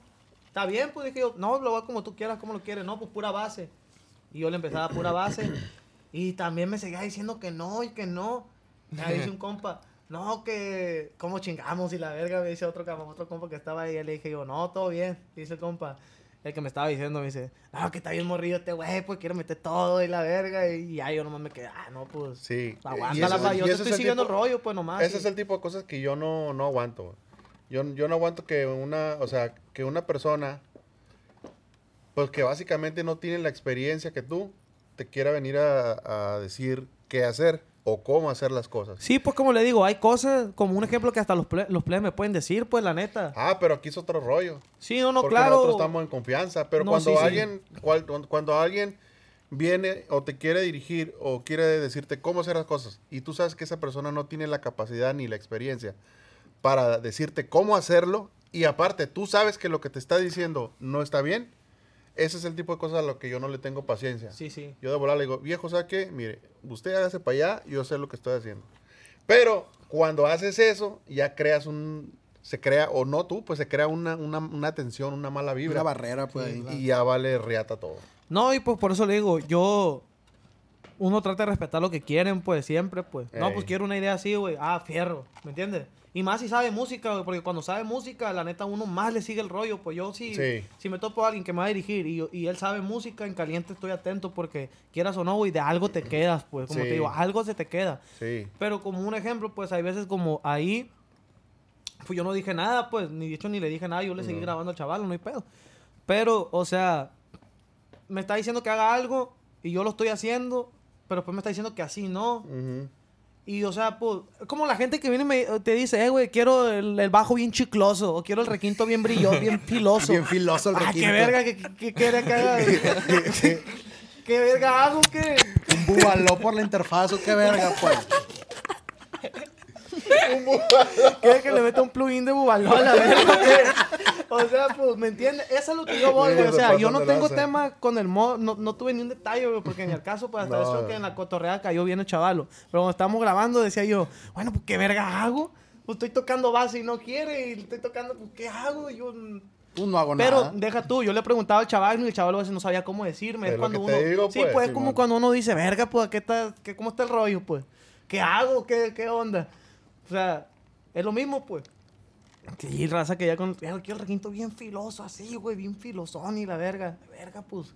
Está bien, pues dije yo, no, lo voy a como tú quieras, como lo quieres, no, pues pura base. Y yo le empezaba pura base. Y también me seguía diciendo que no y que no. Me dice un compa, no, que cómo chingamos y la verga, me dice otro, cama- otro compa que estaba ahí. Y le dije yo, no, todo bien. Dice el compa, el que me estaba diciendo, me dice, no, que está bien morrido este güey, pues quiero meter todo y la verga. Y ya yo nomás me quedé, ah, no, pues. Sí. Aguántala, Y pa, ese- yo y ese te es estoy el siguiendo tipo- el rollo, pues nomás. Ese y- es el tipo de cosas que yo no, no aguanto. güey. Yo, yo no aguanto que una, o sea, que una persona, pues que básicamente no tiene la experiencia que tú, te quiera venir a, a decir qué hacer o cómo hacer las cosas. Sí, pues como le digo, hay cosas, como un ejemplo que hasta los, ple- los plebes me pueden decir, pues la neta. Ah, pero aquí es otro rollo. Sí, no, no, porque claro. nosotros estamos en confianza. Pero No, cuando sí, sí. alguien, cual- cuando, alguien viene o te quiere dirigir o quiere decirte cómo hacer las cosas y tú sabes que esa persona no tiene la capacidad ni la experiencia para decirte cómo hacerlo y aparte tú sabes que lo que te está diciendo no está bien, ese es el tipo de cosas a lo que yo no le tengo paciencia. Sí, sí. Yo de volar le digo, viejo, ¿sabe qué? Mire, usted hágase para allá, yo sé lo que estoy haciendo. Pero cuando haces eso, ya creas un... Se crea, o no tú, pues se crea una, una, una tensión, una mala vibra. Una barrera, pues. ahí. Y ya vale reata todo. No, y pues por eso le digo, yo. Uno trata de respetar lo que quieren, pues siempre, pues. No, Ey. pues quiero una idea así, güey. Ah, fierro, ¿me entiendes? Y más si sabe música, güey, porque cuando sabe música, la neta, uno más le sigue el rollo. Pues yo, si, Sí. si me topo a alguien que me va a dirigir y, yo- y él sabe música, en caliente estoy atento porque quieras o no, güey, de algo te quedas, pues. Como Sí. te digo, algo se te queda. Sí. Pero como un ejemplo, pues hay veces como ahí, pues yo no dije nada, pues ni dicho ni le dije nada, yo le seguí grabando al chaval, no hay pedo. Pero, o sea, me está diciendo que haga algo y yo lo estoy haciendo, pero después me está diciendo que así no. Ujú. Y, o sea, pues, como la gente que viene y me, te dice, eh, güey, quiero el, el bajo bien chicloso, o quiero el requinto bien brilloso, bien filoso. Bien filoso el Ah, qué requinto. verga, que que- que quiere que haga. ¿Qué verga hago? ¿Qué? Un bubaló por la interfaz, o qué verga, pues. ¿Quieres que le meta un plugin de Bubaló a la verga? ¿Qué? pues, O sea, pues, ¿me entiendes? Eso es lo que yo voy, güey. O sea, yo no Pasando tengo lanza. tema con el mod, no, no tuve ni un detalle, güey, porque en el caso, pues, hasta No. eso que en la cotorrea cayó bien el chavalo. Pero cuando estábamos grabando, decía yo, bueno, pues, ¿qué verga hago? Pues, estoy tocando base y no quiere, y estoy tocando, pues, ¿qué hago? Y yo... mm, Tú Pues, no hago pero nada. deja tú, yo le preguntaba al chaval y el chaval a veces no sabía cómo decirme. Es Es lo cuando que uno, te digo, sí, pues, pues es como Simón. cuando uno dice, verga, pues, ¿qué está, qué, ¿cómo está el rollo, pues? ¿Qué hago? ¿Qué, qué onda? O sea, es lo mismo, pues. Y raza que ya con... Ya quiero el requinto bien filoso, así, güey, bien filosón y la verga. Verga, pues.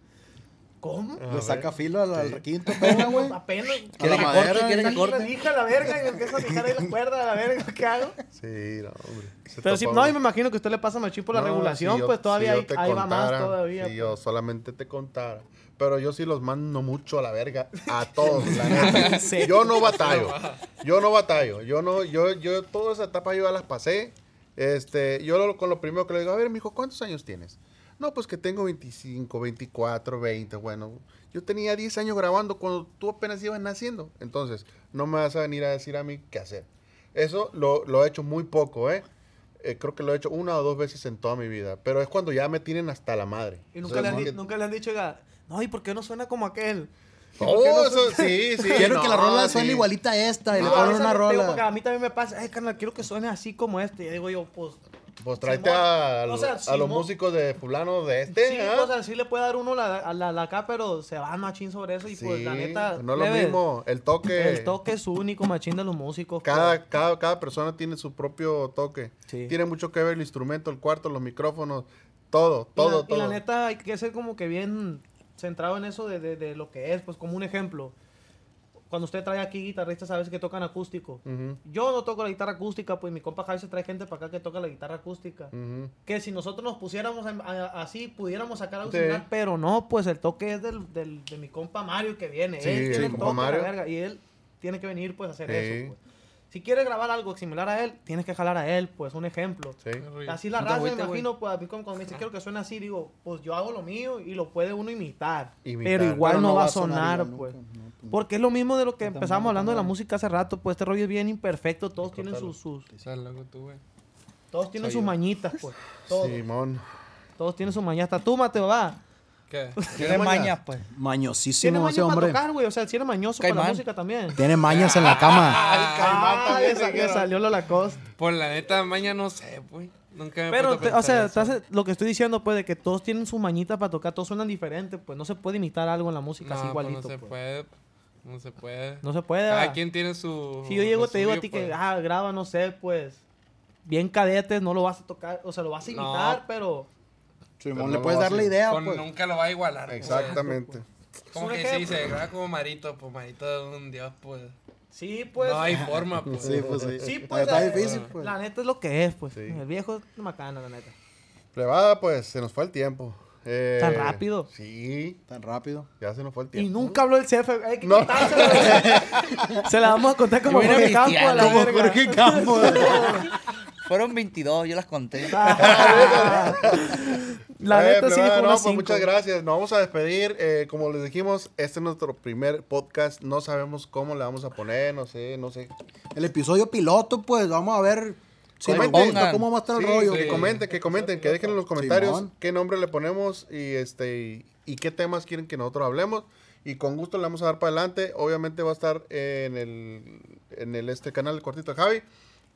¿Cómo? A Le ver. saca filo al, al requinto, pega, güey. Apenas. A la que madera, corte? ¿Quiere que ahí. corte? La hija, la verga, y me empiezo a picar ahí la cuerda, la verga, ¿qué hago? Sí, no, hombre. Se Pero sí, topa no, uno. y me imagino que usted le pasa machín por la No, regulación, si yo- pues todavía si yo ahí, te ahí va más contara, todavía. pues. Si yo solamente te contara. Pero yo sí los mando mucho a la verga. A todos, la neta. Sí. Yo no batallo. Yo no batallo. Yo no, yo, yo, toda esa etapa yo ya las pasé. Este, yo lo- con lo primero que le digo, a ver, mijo, ¿cuántos años tienes? No, pues que tengo 25, 24, 20. Bueno, yo tenía 10 años grabando cuando tú apenas ibas naciendo. Entonces, no me vas a venir a decir a mí qué hacer. Eso lo, lo he hecho muy poco, ¿eh? Eh, Creo que lo he hecho una o dos veces en toda mi vida. Pero es cuando ya me tienen hasta la madre. Y nunca, le han, Entonces, di- nunca le han dicho, oiga, no, ¿y por qué no suena como aquel? ¿Y por qué Oh, no eso suena- sí, sí. Quiero no, que la rola sí. suene igualita a esta y le No, ponen eso una lo Ah, digo porque rola. a mí también me pasa, ay, carnal, quiero que suene así como este. Y digo yo, pues. Pues tráete Simón. a, O los- sea, a los Simón. músicos de fulano de este, Sí, ¿ah? o sea, sí le puede dar uno la, a la, la acá, pero se va machín sobre eso. Y pues, la Sí, neta. no es lo plebe, mismo. El toque. El toque es único, machín de los músicos. pues. Cada, cada, cada persona tiene su propio toque. Sí. Tiene mucho que ver el instrumento, el cuarto, los micrófonos, todo, todo, y la, todo. y la neta hay que ser como que bien centrado en eso de, de- de lo que es. Pues como un ejemplo, cuando usted trae aquí guitarristas, sabes que tocan acústico. Ujú, Yo no toco la guitarra acústica, pues mi compa Javi se trae gente para acá que toca la guitarra acústica. ujú. Que si nosotros nos pusiéramos a- a- así, pudiéramos sacar algo Sí. similar, pero no, pues el toque es del, del- de mi compa Mario que viene. Sí, él sí, tiene el compa toque, la Mario. verga, y él tiene que venir pues a hacer Sí. eso. pues. Si quieres grabar algo similar a él, tienes que jalar a él, pues un ejemplo. Sí. Así la raza, No te me agüites, güey. imagino, pues a mí como cuando me dice, quiero que suene así, digo, pues yo hago lo mío y lo puede uno imitar. Imitar. Pero igual Pero no, va a sonar, igual, pues. nunca, no, pues, Porque es lo mismo de lo que empezamos hablando de la música hace rato, pues este rollo es bien imperfecto, todos tienen sus, sus- O sea, loco tú, güey. todos tienen Soy sus yo. mañitas, pues. Todos, Simón. todos tienen sus mañas. Hasta tú, Mateo, va. ¿Qué? Tiene mañas, pues. Tiene Mañosísimo mañas ese para hombre. tocar, güey, o sea, tiene mañoso para la Caimán. música también. Tiene mañas en la cama. Ah, le sa- le salió lo Lacoste. Por Pues la neta, maña no sé, güey. Nunca me he Pero, puesto a te- o pensar sea, eso. estás- lo que estoy diciendo, pues, de que todos tienen sus mañitas para tocar, todos suenan diferentes, pues no se puede imitar algo en la música no, así pues, igualito. no se pues. puede. No se puede. No se puede. Cada ¿verdad? quien tiene su. Si yo llego, lo te digo a suyo, ti pues. que, ah, graba, no sé, pues, bien cadetes, no lo vas a tocar, o sea, lo vas a No. imitar, pero Pero Simón, no le lo puedes va a dar la hacer. idea, Con- pues. Nunca lo va a igualar. pues. Exactamente. Como Es un que sí, ejemplo. se graba como Marito, pues Marito es un dios, pues. sí, pues. no hay forma, pues. Sí, pues sí. Sí, Pero pues, Está eh, difícil, pues. La neta es lo que es, pues. Sí. El viejo es macana, la neta. Plebada, pues se nos fue el tiempo. Eh, Tan rápido. Sí, Tan rápido. ya se nos fue el Y tiempo. nunca habló el CF. Hay que No. quitárselo, güey. Se la vamos a contar como Yo era Jorge Campo a la cristiano, verga. Fueron 22, yo las conté. Ah, la Eh, neta sí plebada, fue no, una pues, cinco. muchas gracias. Nos vamos a despedir. Eh, como les dijimos, este es nuestro primer podcast. No sabemos cómo le vamos a poner, no sé, no sé. El episodio piloto, pues, vamos a ver si me Comenten. gusta, cómo va a estar el Sí, rollo. Que sí. comenten, que comenten, que dejen en los comentarios Simón. qué nombre le ponemos y este y, y qué temas quieren que nosotros hablemos. Y con gusto le vamos a dar para adelante. Obviamente va a estar en el, en el este canal de Cortito de Javi.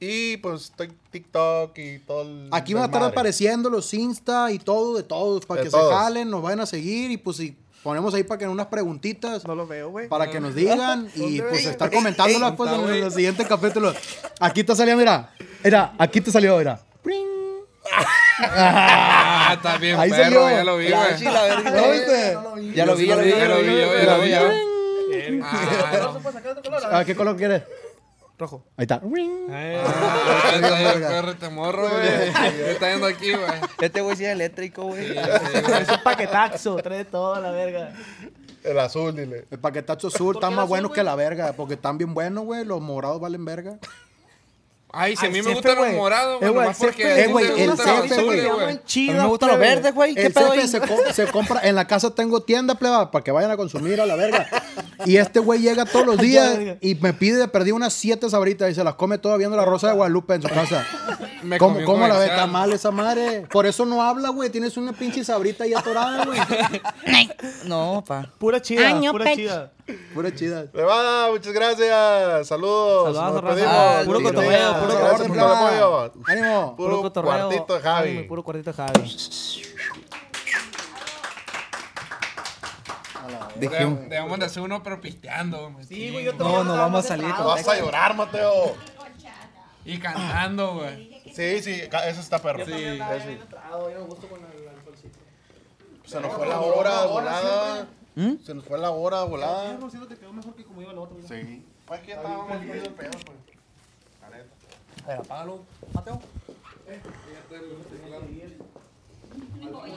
Y pues tic- TikTok y todo el Aquí van a estar desmadre. apareciendo los Insta y todo de todos para De que todos. se jalen, nos vayan a seguir y pues si ponemos ahí para que unas preguntitas No lo veo, güey. para que nos digan y pues estar comentándolas pues en Está, güey. el siguiente capítulo. Aquí está saliendo, mira. Mira, aquí te salió, mira. Ah, está bien, Ahí perro, salió. ya lo vi, güey. Sí, la verga. ¿Lo viste? Ya lo vi, ya lo vi. Ya lo vi, yo, ya lo vi, yo. Ah, no. ¿A qué color quieres? Rojo. Ahí está. Eh, Ah, está bien, perro, te morro, güey. ¿Qué está yendo aquí, güey? Este güey sí es eléctrico, güey. Es un paquetaxo. Trae de todo a la verga. El azul, dile. El paquetazo ¿Por sur está qué más azul, bueno que güey? la verga, porque están bien buenos, güey. Los morados valen verga. Ay, si a Al mí me cefe, gustan los güey. morados, güey. Eh, güey, nomás al porque cefe, a eh, ti te güey, el gustan los cefe, azules, güey. güey. A mí me gustan los verdes, güey. ¿Qué El pedo CF ahí? se, co- se compra en la casa tengo tienda pleba para que vayan a consumir a la verga. Y este güey llega todos los Ya, días verga. y me pide de perder unas siete sabritas y se las come todo viendo la Rosa de Guadalupe en su casa. Me comí ¿Cómo, un cómo la ve comercial. tan mal esa madre? Por eso no habla, güey. Tienes una pinche sabrita ahí atorada, güey. No, pa. Pura chida. Año pura pech. chida. Pura chida. Plebada, muchas gracias. Saludos. Nos Saludos, raza. despedimos. Puro Muchas cotorreo, gracias. puro Gracias por cotorreo, todo el plebada. apoyo. Ánimo. Puro, cuartito de Ay, Javi. Puro cuartito de Javi. Dejé Deb- un... Debemos de hacer uno, pero pisteando, güey. Sí, güey, yo te No, voy no, dar vamos más a salir entrada. con- Vas a llorar, Mateo. Y cantando, güey. Sí, sí, ca- eso está perro. Bien entrado, yo me gusto con el alcoholcito. Se nos fue la hora volada. Se nos fue la hora volada. Yo siento que quedó mejor que como iba el otro. güey. Sí. Pues que estábamos metidos en pedo, pues. A ver, apágalo, Mateo.